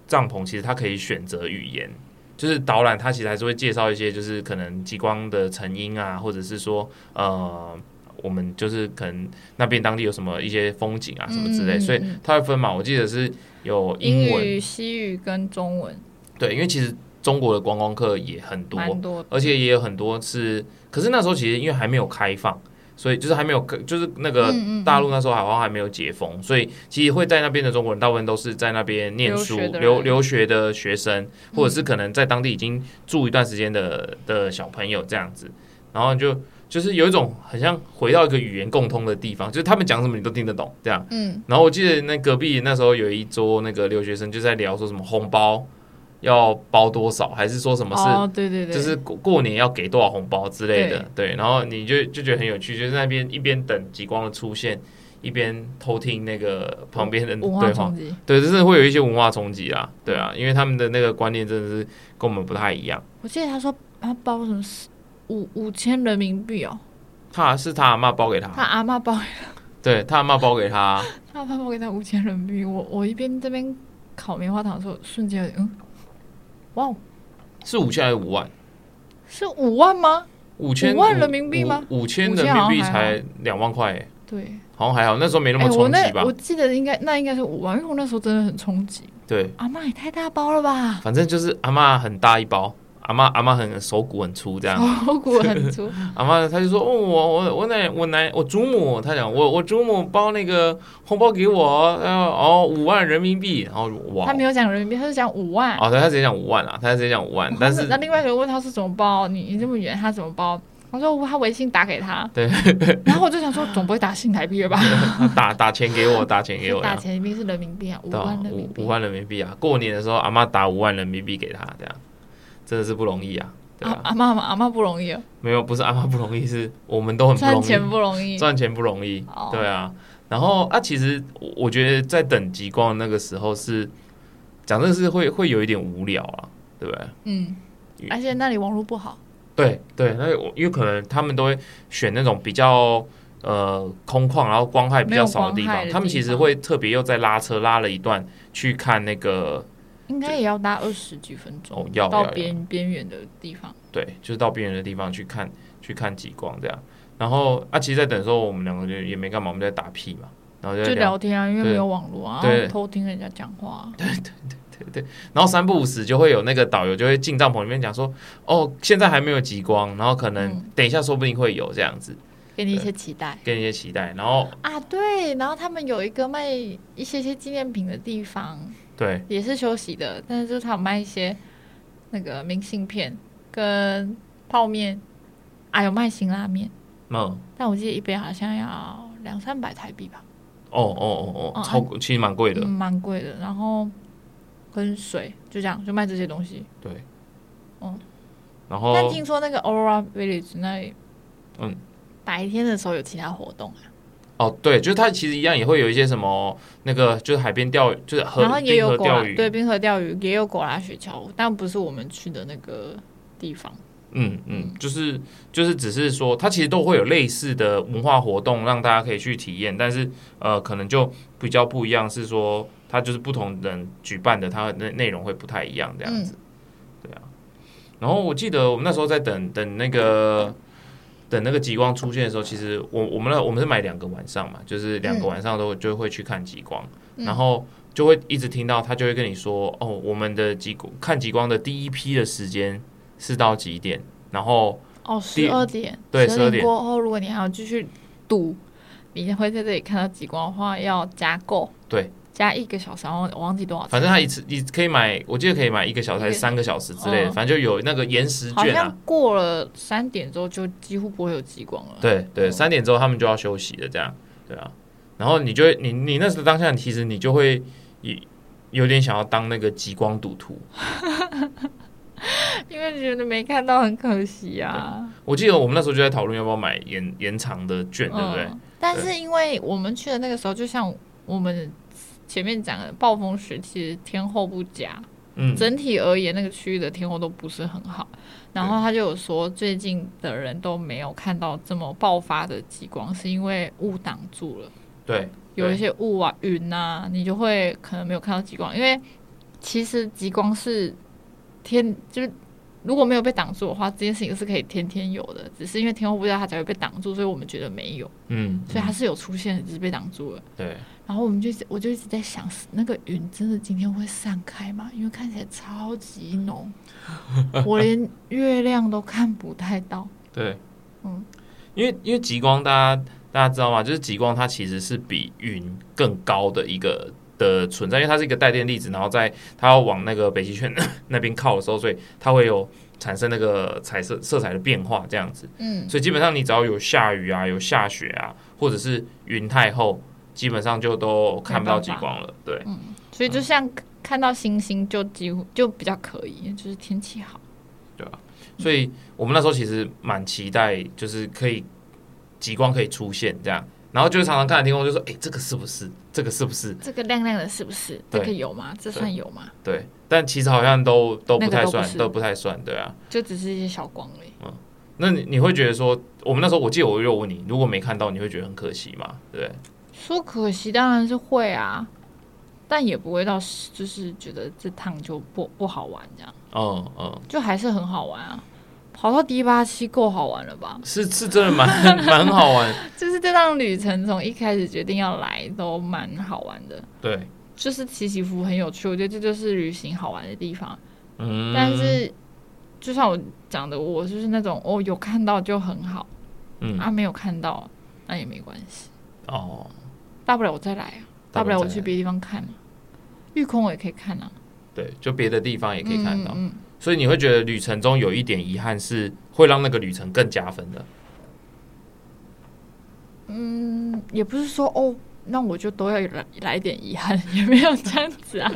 A: 帐篷其实它可以选择语言，就是导览它其实还是会介绍一些，就是可能极光的成因啊，或者是说呃。我们就是可能那边当地有什么一些风景啊什么之类，
B: 嗯嗯嗯
A: 所以它会分嘛。我记得是有英
B: 英
A: 文，
B: 语、西语跟中文
A: 对，因为其实中国的观光客也很多，
B: 蛮多的，
A: 而且也有很多是，可是那时候其实因为还没有开放，所以就是还没有，就是那个
B: 嗯嗯嗯嗯
A: 大陆那时候好像还没有解封，所以其实会在那边的中国人大部分都是在那边念书
B: 留学的人
A: 留留学的学生，或者是可能在当地已经住一段时间的的小朋友这样子，然后就就是有一种很像回到一个语言共通的地方，就是他们讲什么你都听得懂这样。
B: 嗯，
A: 然后我记得那隔壁那时候有一桌那个留学生就在聊说什么红包要包多少，还是说什么是
B: 哦，对对对，
A: 就是过过年要给多少红包之类的，对，然后你就就觉得很有趣，就是那边一边等极光的出现，一边偷听那个旁边的
B: 文化
A: 对话
B: 冲，击。
A: 对，就是会有一些文化冲击啊，对啊，因为他们的那个观念真的是跟我们不太一样。
B: 我记得他说他包什么四五五千人民币哦，
A: 他是他阿妈包给
B: 他
A: 他，
B: 阿妈包，
A: 对他阿妈包给他，
B: 他阿妈包给他五千人民币。我我一边这边烤棉花糖的时候，瞬间有点嗯，哇哦，
A: 是五千还是五万？
B: 是五万吗？
A: 五千
B: 五万人民币吗？
A: 五五千
B: 五
A: 人民
B: 千好像
A: 币
B: 还好
A: 才两万块、欸，
B: 对，哎
A: 好像还好，那时候没那么
B: 我
A: 冲击吧？
B: 那我记得应该那应该是五万，因为我那时候真的很冲击。
A: 对，
B: 阿妈也太大包了吧，
A: 反正就是阿妈很大一包，阿妈阿妈很手骨很粗这样。
B: 头骨哦
A: [laughs]
B: 很粗，
A: 阿妈她就说：“哦，我我我奶我奶我祖母，她讲我我祖母包那个红包给我，然后哦五万人民币，然后我哇，
B: 他没有讲人民币，他就讲五万。
A: 哦，对，她直接讲五万啊，她直接讲五万，但是
B: 那另外一个人问他是怎么包，你你这么远，他怎么包？他说我他微信打给他，
A: 对，
B: 然后我就想说，总不会打新台币了吧？
A: 她打打钱给我，打钱给我，
B: 打钱一定是人民币啊，五
A: 这样
B: 万
A: 对啊
B: 人民
A: 五
B: 币
A: 五万人民币啊，过年的时候阿妈打五万人民币给她，这样真的是不容易啊，对
B: 啊
A: 啊，
B: 阿妈阿妈不容易哦，
A: 没有不是阿妈不容易，是我们都很不容
B: 赚
A: 易，
B: 钱不容易，
A: 赚钱不容易
B: 嗯哦，
A: 对啊。然后啊，其实我我觉得在等极光的那个时候是，讲真的是会会有一点无聊啊，对不对？
B: 嗯，而且那里网络不好，
A: 对对，那我因为可能他们都会选那种比较呃空旷，然后光害比较少的地
B: 没有光害
A: 方，
B: 的地方
A: 他们其实会特别又再拉车拉了一段去看那个
B: 应该也要搭二十几分钟
A: 哦要
B: 到
A: 要要
B: 边边缘的地方，
A: 对，就是到边缘的地方去看去看极光这样。然后啊，其实，在等的时候，我们两个就也没干嘛，我们就在打屁嘛，然后就在
B: 就
A: 聊
B: 聊天啊，因为
A: 对
B: 没有网络啊，
A: 对
B: 然后偷听人家讲话啊、
A: 然后三不五时就会有那个导游就会进帐篷里面讲说，哦，现在还没有极光，然后可能
B: 嗯
A: 等一下说不定会有这样子，
B: 给你一些期待
A: 给你一些期待。然后
B: 啊。对，然后他们有一个卖一些些纪念品的地方，
A: 对
B: 也是休息的，但是就是他有卖一些那个明信片跟泡面，啊，有卖辛拉面，
A: 嗯，
B: 但我记得一杯好像要两三百台币吧，
A: 哦哦哦哦，
B: 哦
A: 超其实蛮贵的
B: 嗯，，蛮贵的。然后跟水就这样，就卖这些东西。
A: 对，
B: 哦，
A: 然
B: 但
A: 后
B: 听说那个 Aura Village 那里，
A: 嗯，
B: 白天的时候有其他活动啊，
A: 哦对，就是它其实一样也会有一些什么那个就是海边钓鱼，就是河
B: 然后也
A: 冰
B: 有
A: 河
B: 狗
A: 钓
B: 拉
A: 鱼，
B: 对冰河钓鱼，也有狗拉雪橇，但不是我们去的那个地方。
A: 嗯嗯，就是就是只是说它其实都会有类似的文化活动让大家可以去体验，但是呃可能就比较不一样，是说它就是不同人举办的，它的内容会不太一样这样子。啊然后我记得我们那时候在等等那个等那个极光出现的时候，其实我我们那我们是买两个晚上嘛，就是两个
B: 嗯
A: 晚上都就会去看极光，
B: 嗯
A: 然后就会一直听到他就会跟你说，哦，我们的极光看极光的第一批的时间是到几点，然后
B: 哦，
A: 第
B: 十二点，
A: 对
B: 12
A: 12点
B: 过后，如果你还要继续赌，你会在这里看到极光的话，要加购，
A: 对，
B: 加一个小时，然后我忘记多少钱，
A: 反正他一次你可以买，我记得可以买一个小时还是
B: 一个
A: 三个小时之类的，
B: 嗯
A: 反正就有那个延时
B: 好
A: 券
B: 像
A: 啊。
B: 过了三点之后就几乎不会有极光了。，
A: 对对，
B: 嗯
A: 三点之后他们就要休息了，这样对啊。然后你就会你你那时候当下，其实你就会有有点想要当那个极光赌徒，
B: 因为觉得没看到很可惜啊。
A: 我记得我们那时候就在讨论要不要买延延长的券，对不对？
B: 嗯？但是因为我们去的那个时候，就像我们前面讲的，暴风雪其实天候不佳，
A: 嗯，
B: 整体而言那个区域的天候都不是很好。然后他就有说，最近的人都没有看到这么爆发的极光，是因为雾挡住了，
A: 对，
B: 有一
A: 对
B: 些雾啊、云啊，你就会可能没有看到极光，因为其实极光是天就是。如果没有被挡住的话，这件事情是可以天天有的，只是因为天候不佳，它才会被挡住，所以我们觉得没有。
A: 嗯，
B: 所以它
A: 嗯
B: 是有出现的，只是被挡住了。
A: 对
B: 然后我们就一直我就一直在想，那个云真的今天会散开吗？因为看起来超级浓，我连月亮都看不太到。
A: 对，
B: 嗯，
A: 因为因为极光大家大家知道吗？就是极光它其实是比云更高的一个。的存在，因为它是一个带电粒子，然后在它要往那个北极圈 [laughs] 那边靠的时候，所以它会有产生那个彩色色彩的变化，这样子。
B: 嗯，
A: 所以基本上你只要有下雨啊、有下雪啊，或者是云太厚，基本上就都看不到
B: 没办
A: 极
B: 法
A: 光了。对，
B: 所以就像看到星星，就几乎就比较可以，就是天气好。
A: 所以我们那时候其实蛮期待，就是可以极光可以出现这样，然后就常常看着天空就说，哎、这个是不是？这个是不是？
B: 这个亮亮的是不是？这
A: 对
B: 个有吗？这算有吗？
A: 对，但其实好像都都不
B: 那个
A: 太
B: 都不
A: 算，
B: 是
A: 都不太算，对啊。
B: 就只是一些小光而已。
A: 那你你会觉得说，我们那时候我记得我有问你，如果没看到，你会觉得很可惜嘛？对不对？
B: 说可惜当然是会啊，但也不会到就是觉得这趟就不不好玩这样。
A: 嗯嗯，
B: 就还是很好玩啊。跑到第八期够好玩了吧？
A: 是是真的蛮 [laughs] 蛮好玩，
B: 就是这趟旅程从一开始决定要来都蛮好玩的，
A: 对，
B: 就是起起伏伏很有趣。我觉得这就是旅行好玩的地方。
A: 嗯，
B: 但是就像我讲的，我就是那种哦有看到就很好，
A: 嗯
B: 啊没有看到那也没关系，
A: 哦，
B: 大不了我再来啊，大不了我去别的地方看嘛。玉空我也可以看啊，
A: 对，就别的地方也可以看到，
B: 嗯嗯嗯
A: 所以你会觉得旅程中有一点遗憾，是会让那个旅程更加分的。
B: 嗯，也不是说哦，那我就都要来来点遗憾， [laughs] 也没有这样
A: [laughs]
B: 子啊，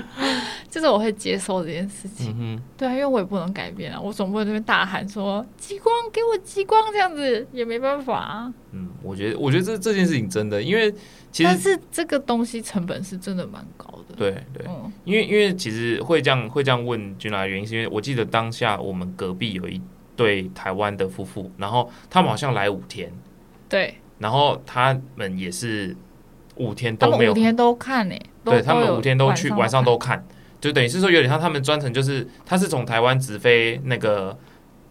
B: 就是我会接受这件事情。
A: 嗯哼。
B: 对啊，因为我也不能改变啊，我总不能这边大喊说激光给我激光这样子，也没办法啊。
A: 嗯，我觉得，我觉得这这件事情真的，因为其
B: 但
A: 实
B: 是这个东西成本是真的蛮高的。
A: 对对，
B: 嗯，
A: 因为因为其实会这样会这样问君来的原因，是因为我记得当下我们隔壁有一对台湾的夫妇，然后他们好像来五天，
B: 对，
A: 然后他们也是五天
B: 他
A: 都没
B: 们五
A: 有，
B: 天都看呢、都
A: 对他们
B: 有
A: 五天都去晚上
B: 看
A: 都看，就等于是说有点像他们专程就是他是从台湾直飞那个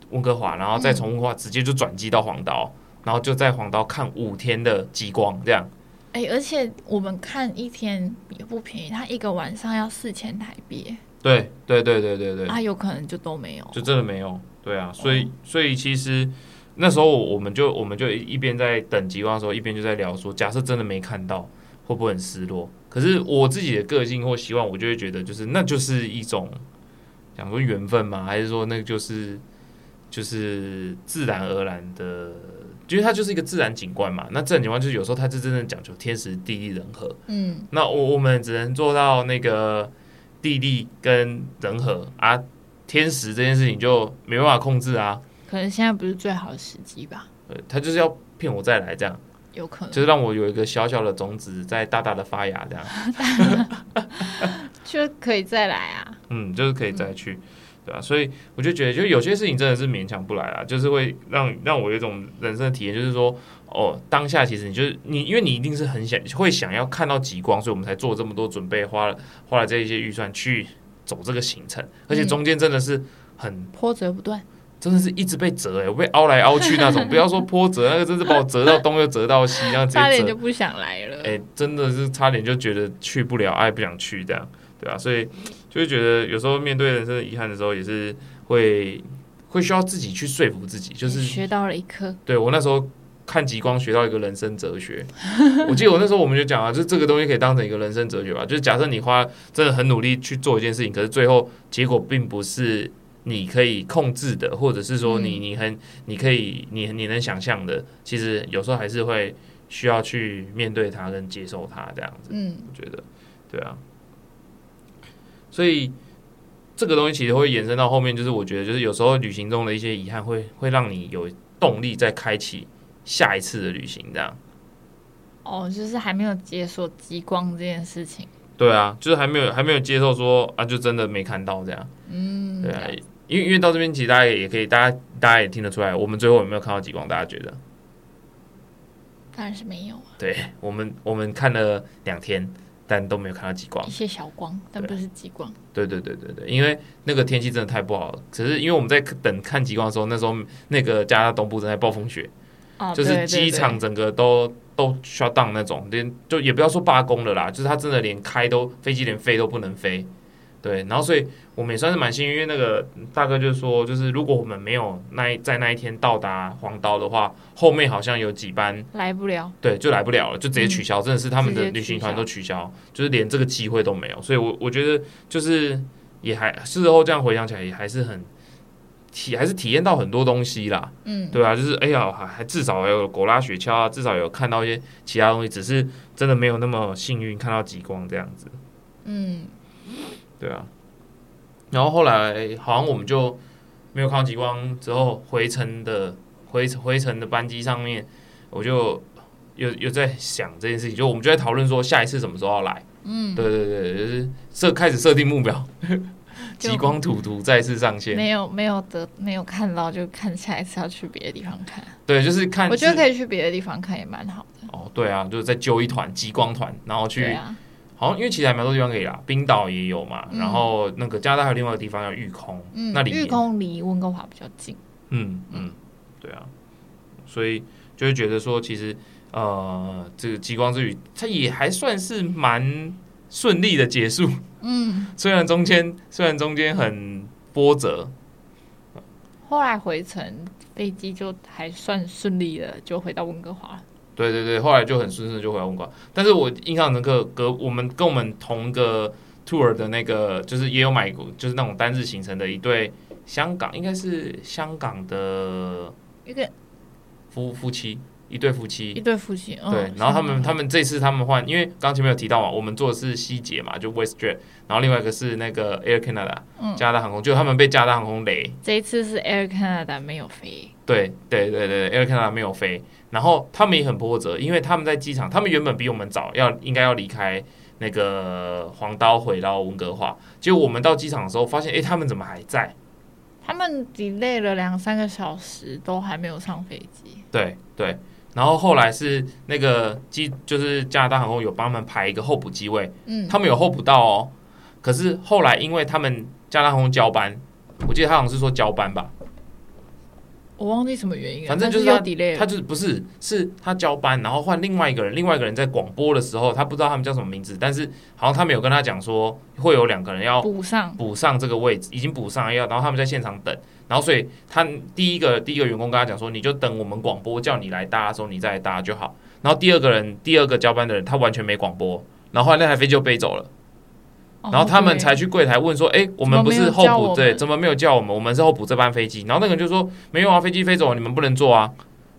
A: 温哥华，然后再
B: 嗯
A: 从温哥华直接就转机到黄岛，然后就在黄岛看五天的极光这样。
C: 哎、而且我们看一天也不便宜，他一个晚上要四千台币，
A: 对对对对对对，
C: 啊，有可能就都没有。哦
A: 就真的没有。对啊，所以所以其实那时候我们就我们就一边在等极光的时候，一边就在聊说，假设真的没看到，会不会很失落？可是我自己的个性或希望，我就会觉得就是那就是一种，想说缘分嘛，还是说那就是就是自然而然的。因为它就是一个自然景观嘛，那自然景观就是有时候它是真的讲究天时地利人和，
C: 嗯，
A: 那我我们只能做到那个地利跟人和啊，天时这件事情就没办法控制啊，
C: 可能现在不是最好的时机吧，
A: 呃，他就是要骗我再来这样，
C: 有可能。
A: 就是让我有一个小小的种子在大大的发芽这样，
B: 就可以再来啊。
A: 嗯，就是可以再去，对吧、啊所以我就觉得，就有些事情真的是勉强不来啦，就是会让让我有一种人生的体验，就是说，哦，当下其实你就是你，因为你一定是很想会想要看到极光，所以我们才做这么多准备，花了花了这一些预算去走这个行程，而
B: 嗯
A: 且中间真的是很
C: 波折不断，
A: 真的是一直被折哎、我被凹来凹去那种，不要说波折，那个真是把我折到东又折到西，然后直
B: 差
A: 接
B: 点
A: 折
B: 就，不想来了。
A: 哎、真的是差点就觉得去不了，哎，不想去这样，对啊，所以就会觉得有时候面对人生的遗憾的时候，也是会会需要自己去说服自己，就是
C: 学到了一课。
A: 对我那时候看极光学到一个人生哲学， [laughs] 我记得我那时候我们就讲啊，就这个东西可以当成一个人生哲学吧，就是假设你花真的很努力去做一件事情，可是最后结果并不是你可以控制的，或者是说你
C: 嗯
A: 你很你可以你你能想象的，其实有时候还是会需要去面对它跟接受它这样子。
C: 嗯，
A: 我觉得，对啊，所以这个东西其实会延伸到后面，就是我觉得，就是有时候旅行中的一些遗憾会，会让你有动力再开启下一次的旅行，这样。
C: 哦，就是还没有解锁极光这件事情。
A: 对啊，就是还没有还没有接受说啊，就真的没看到这样，
C: 嗯，
A: 对啊，因为因为到这边其实大家也也可以，大家大家也听得出来，我们最后有没有看到极光？大家觉得？
C: 当然是没有啊，
A: 对我们我们看了两天，但都没有看到极光
C: 一。些小光，但
A: 对啊
C: 不是极光。
A: 对对对对对，因为那个天气真的太不好了。只是因为我们在等看极光的时候，那时候那个加拿大东部正在暴风雪，
B: 哦，
A: 就是
B: 对
A: 机场，整个都都 shut down 那种，连就也不要说罢工了啦，就是它真的连开都飞机连飞都不能飞。对，然后所以我们也算是蛮幸运，因为那个大哥就说，就是如果我们没有那一在那一天到达黄岛的话，后面好像有几班
B: 对来不了。
A: 对，就来不了了，就直接取消，真的是他们
B: 嗯直
A: 的
B: 接
A: 旅行
B: 取
A: 团
B: 消
A: 都取消，就是连这个机会都没有。所以我，我觉得就是也还事后这样回想起来，也还是很体还是体验到很多东西啦，
C: 嗯，
A: 对啊，就是哎呀，还还至少有狗拉雪橇啊，至少有看到一些其他东西，只是真的没有那么幸运看到极光这样子，
C: 嗯，
A: 对啊。然后后来好像我们就没有看到极光，之后回程的回回程的班机上面，我就有有在想这件事情，就我们就在讨论说下一次什么时候要来。嗯，对对对，就是设开始设定
C: [laughs]
A: 目标，
C: 就
A: 极光图图再次上线。
C: 没有没有得没有看到，就看下一次要去别的地方看。
A: 对，就是看
C: 我觉得
A: 是
C: 可以去别的地方看也蛮好的。
A: 哦，对啊，就是再揪一团极光团，然后去、
C: 对啊，
A: 好像因为其实还蛮多地方可以啦，冰岛也有嘛，
C: 嗯
A: 然后那个加拿大还有另外一个地方叫玉空，
C: 嗯，
A: 那里也
C: 日空离温哥华比较近。
A: 嗯嗯，对啊，所以就会觉得说，其实呃，这个极光之旅它也还算是蛮顺利的结束， [laughs]
C: 嗯，
A: 虽然中间虽然中间很波折，
C: 后来回程飞机就还算顺利的，就回到温哥华了。
A: 对对对，后来就很顺顺地就回来温哥华。但是我印象深刻，隔我们跟我们同个 tour 的那个，就是也有买过，就是那种单日行程的一对香港，应该是香港的
C: 一个
A: 夫夫妻，一对夫
C: 一
A: 妻。
C: 对夫妻，嗯
A: 对，然后他们
C: 是
A: 他们这次他们换，因为刚前面有提到嘛，我们做的是西捷嘛，就 WestJet，然后另外一个是那个 Air Canada，、
C: 嗯
A: 加拿大航空，就他们被加拿大航空雷，
C: 这一次是 Air Canada 没有飞，
A: 对对对对，Air Canada 没有飞，然后他们也很波折，因为他们在机场，他们原本比我们早要应该要离开那个黄刀回到温哥华，结果我们到机场的时候发现，诶，他们怎么还在？
C: 他们 delay 了两三个小时都还没有上飞机。
A: 对对，然后后来是那个机，就是加拿大航空有帮他们排一个候补机位，
C: 嗯，
A: 他们有候补到哦，可是后来因为他们加拿大航空交班，我记得他好像是说交班吧，
C: 我忘记什么原因了，啊
A: 反正就是是
C: 要 delay
A: 他
C: 了。
A: 就是不是是他交班，然后换另外一个人，另外一个人在广播的时候，他不知道他们叫什么名字，但是好像他们有跟他讲说会有两个人要
B: 补上，
A: 补上这个位置，已经补上了要，然后他们在现场等，然后所以他第一个第一个员工跟他讲说，你就等我们广播叫你来搭的时候，你再来搭就好。然后第二个人第二个交班的人他完全没广播，然后后来那台飞机就飞走了。然后他们才
B: 哦
A: 去柜台问说：“哎、我们不是
B: 怎么没
A: 候
B: 有叫
A: 补
B: 我们
A: 对，怎么没有叫我们？我们是候补这班飞机。”然后那个人就说：“没有啊，飞机飞走了，你们不能坐啊。”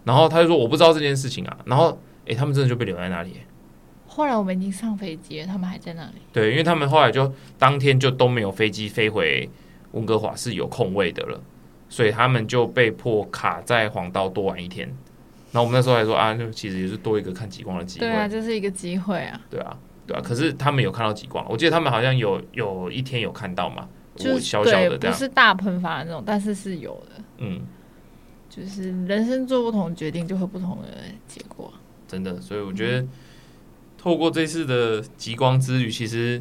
A: 然后他就说：“我不知道这件事情啊。”然后哎、他们真的就被留在那里。
C: 后来我们已经上飞机了，他们还在那里。
A: 对，因为他们后来就当天就都没有飞机飞回温哥华是有空位的了，所以他们就被迫卡在黄道多玩一天。然后我们那时候还说啊，那其实也是多一个看极光的机会，
C: 对啊，这是一个机会啊，
A: 对啊，对啊。可是他们有看到极光，我记得他们好像有有一天有看到嘛，
C: 就
A: 我
C: 是
A: 小小的
C: 对，
A: 这
C: 不
A: 样，
C: 是大喷发的那种，但是是有的。
A: 嗯。
C: 就是人生做不同决定，就会不同的结果。
A: 真的，所以我觉得透过这次的极光之旅，其实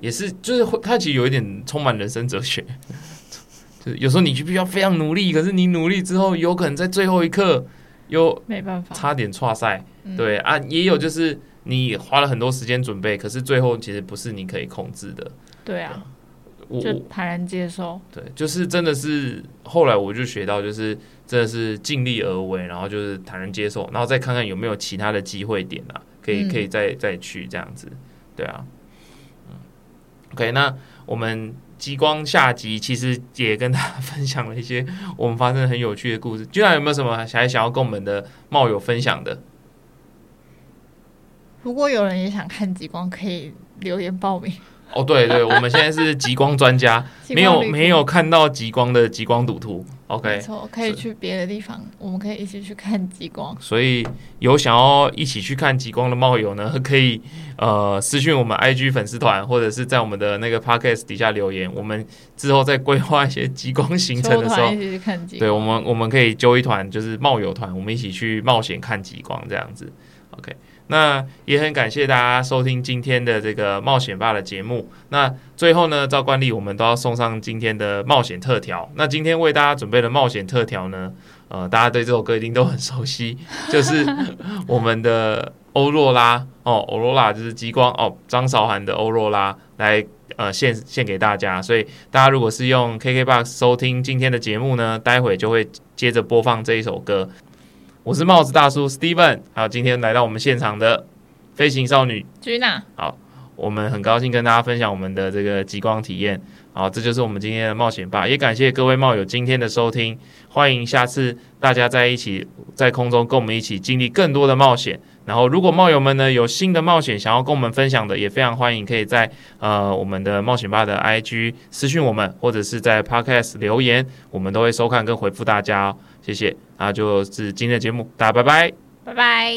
A: 也是就是会，它其实有一点充满人生哲学， [laughs] 就是有时候你就必须要非常努力，可是你努力之后，有可能在最后一刻又
C: 没办法，
A: 差点岔赛，
C: 嗯
A: 对啊，也有就是你花了很多时间准备，可是最后其实不是你可以控制的。
C: 对啊，
A: 我
C: 就
A: 我
C: 坦然接受。
A: 对，就是真的是后来我就学到，就是真的是尽力而为，然后就是坦然接受，然后再看看有没有其他的机会点啊，可以
C: 嗯
A: 可以再再去这样子，对啊，嗯，OK，那我们极光下集其实也跟大家 [laughs] 分享了一些我们发生很有趣的故事，居然有没有什么还想要跟我们的茂友分享的？
C: 如果有人也想看极光，可以留言报名。
A: 哦，对对，我们现在是极光专家，没有没有看到极光的极光赌徒，OK，
C: 没错，可以去别的地方，我们可以一起去看极光。
A: 所以有想要一起去看极光的猫友呢， [laughs] 可以呃私讯我们 IG 粉丝团，或者是在我们的那个 Podcast 底下留言，我们之后再规划一些极光行程
C: 秋
A: 的时
C: 团
A: 候
C: 一，起去看极
A: 对哦
C: 光。
A: 我们我们可以揪一团，就是冒友团，我们一起去冒险看极光这样子。OK，那也很感谢大家收听今天的这个冒险吧的节目。那最后呢，照惯例我们都要送上今天的冒险特调。那今天为大家准备的冒险特调呢，呃，大家对这首歌一定都很熟悉， [laughs] 就是我们的欧若拉哦，欧若拉就是极光哦，张韶涵的欧若拉来呃献献给大家。所以大家如果是用 KKBOX 收听今天的节目呢，待会就会接着播放这一首歌。我是帽子大叔 Steven，还有今天来到我们现场的飞行少女，
C: 君娜，
A: 我们很高兴跟大家分享我们的这个极光体验。好，这就是我们今天的冒险吧，也感谢各位冒友今天的收听，欢迎下次大家在一起在空中跟我们一起经历更多的冒险。然后，如果冒友们呢有新的冒险想要跟我们分享的，也非常欢迎可以在呃我们的冒险吧的 IG 私讯我们，或者是在 Podcast 留言，我们都会收看跟回复大家、哦。谢谢，那就是今天的节目，大家拜拜。
C: 拜拜。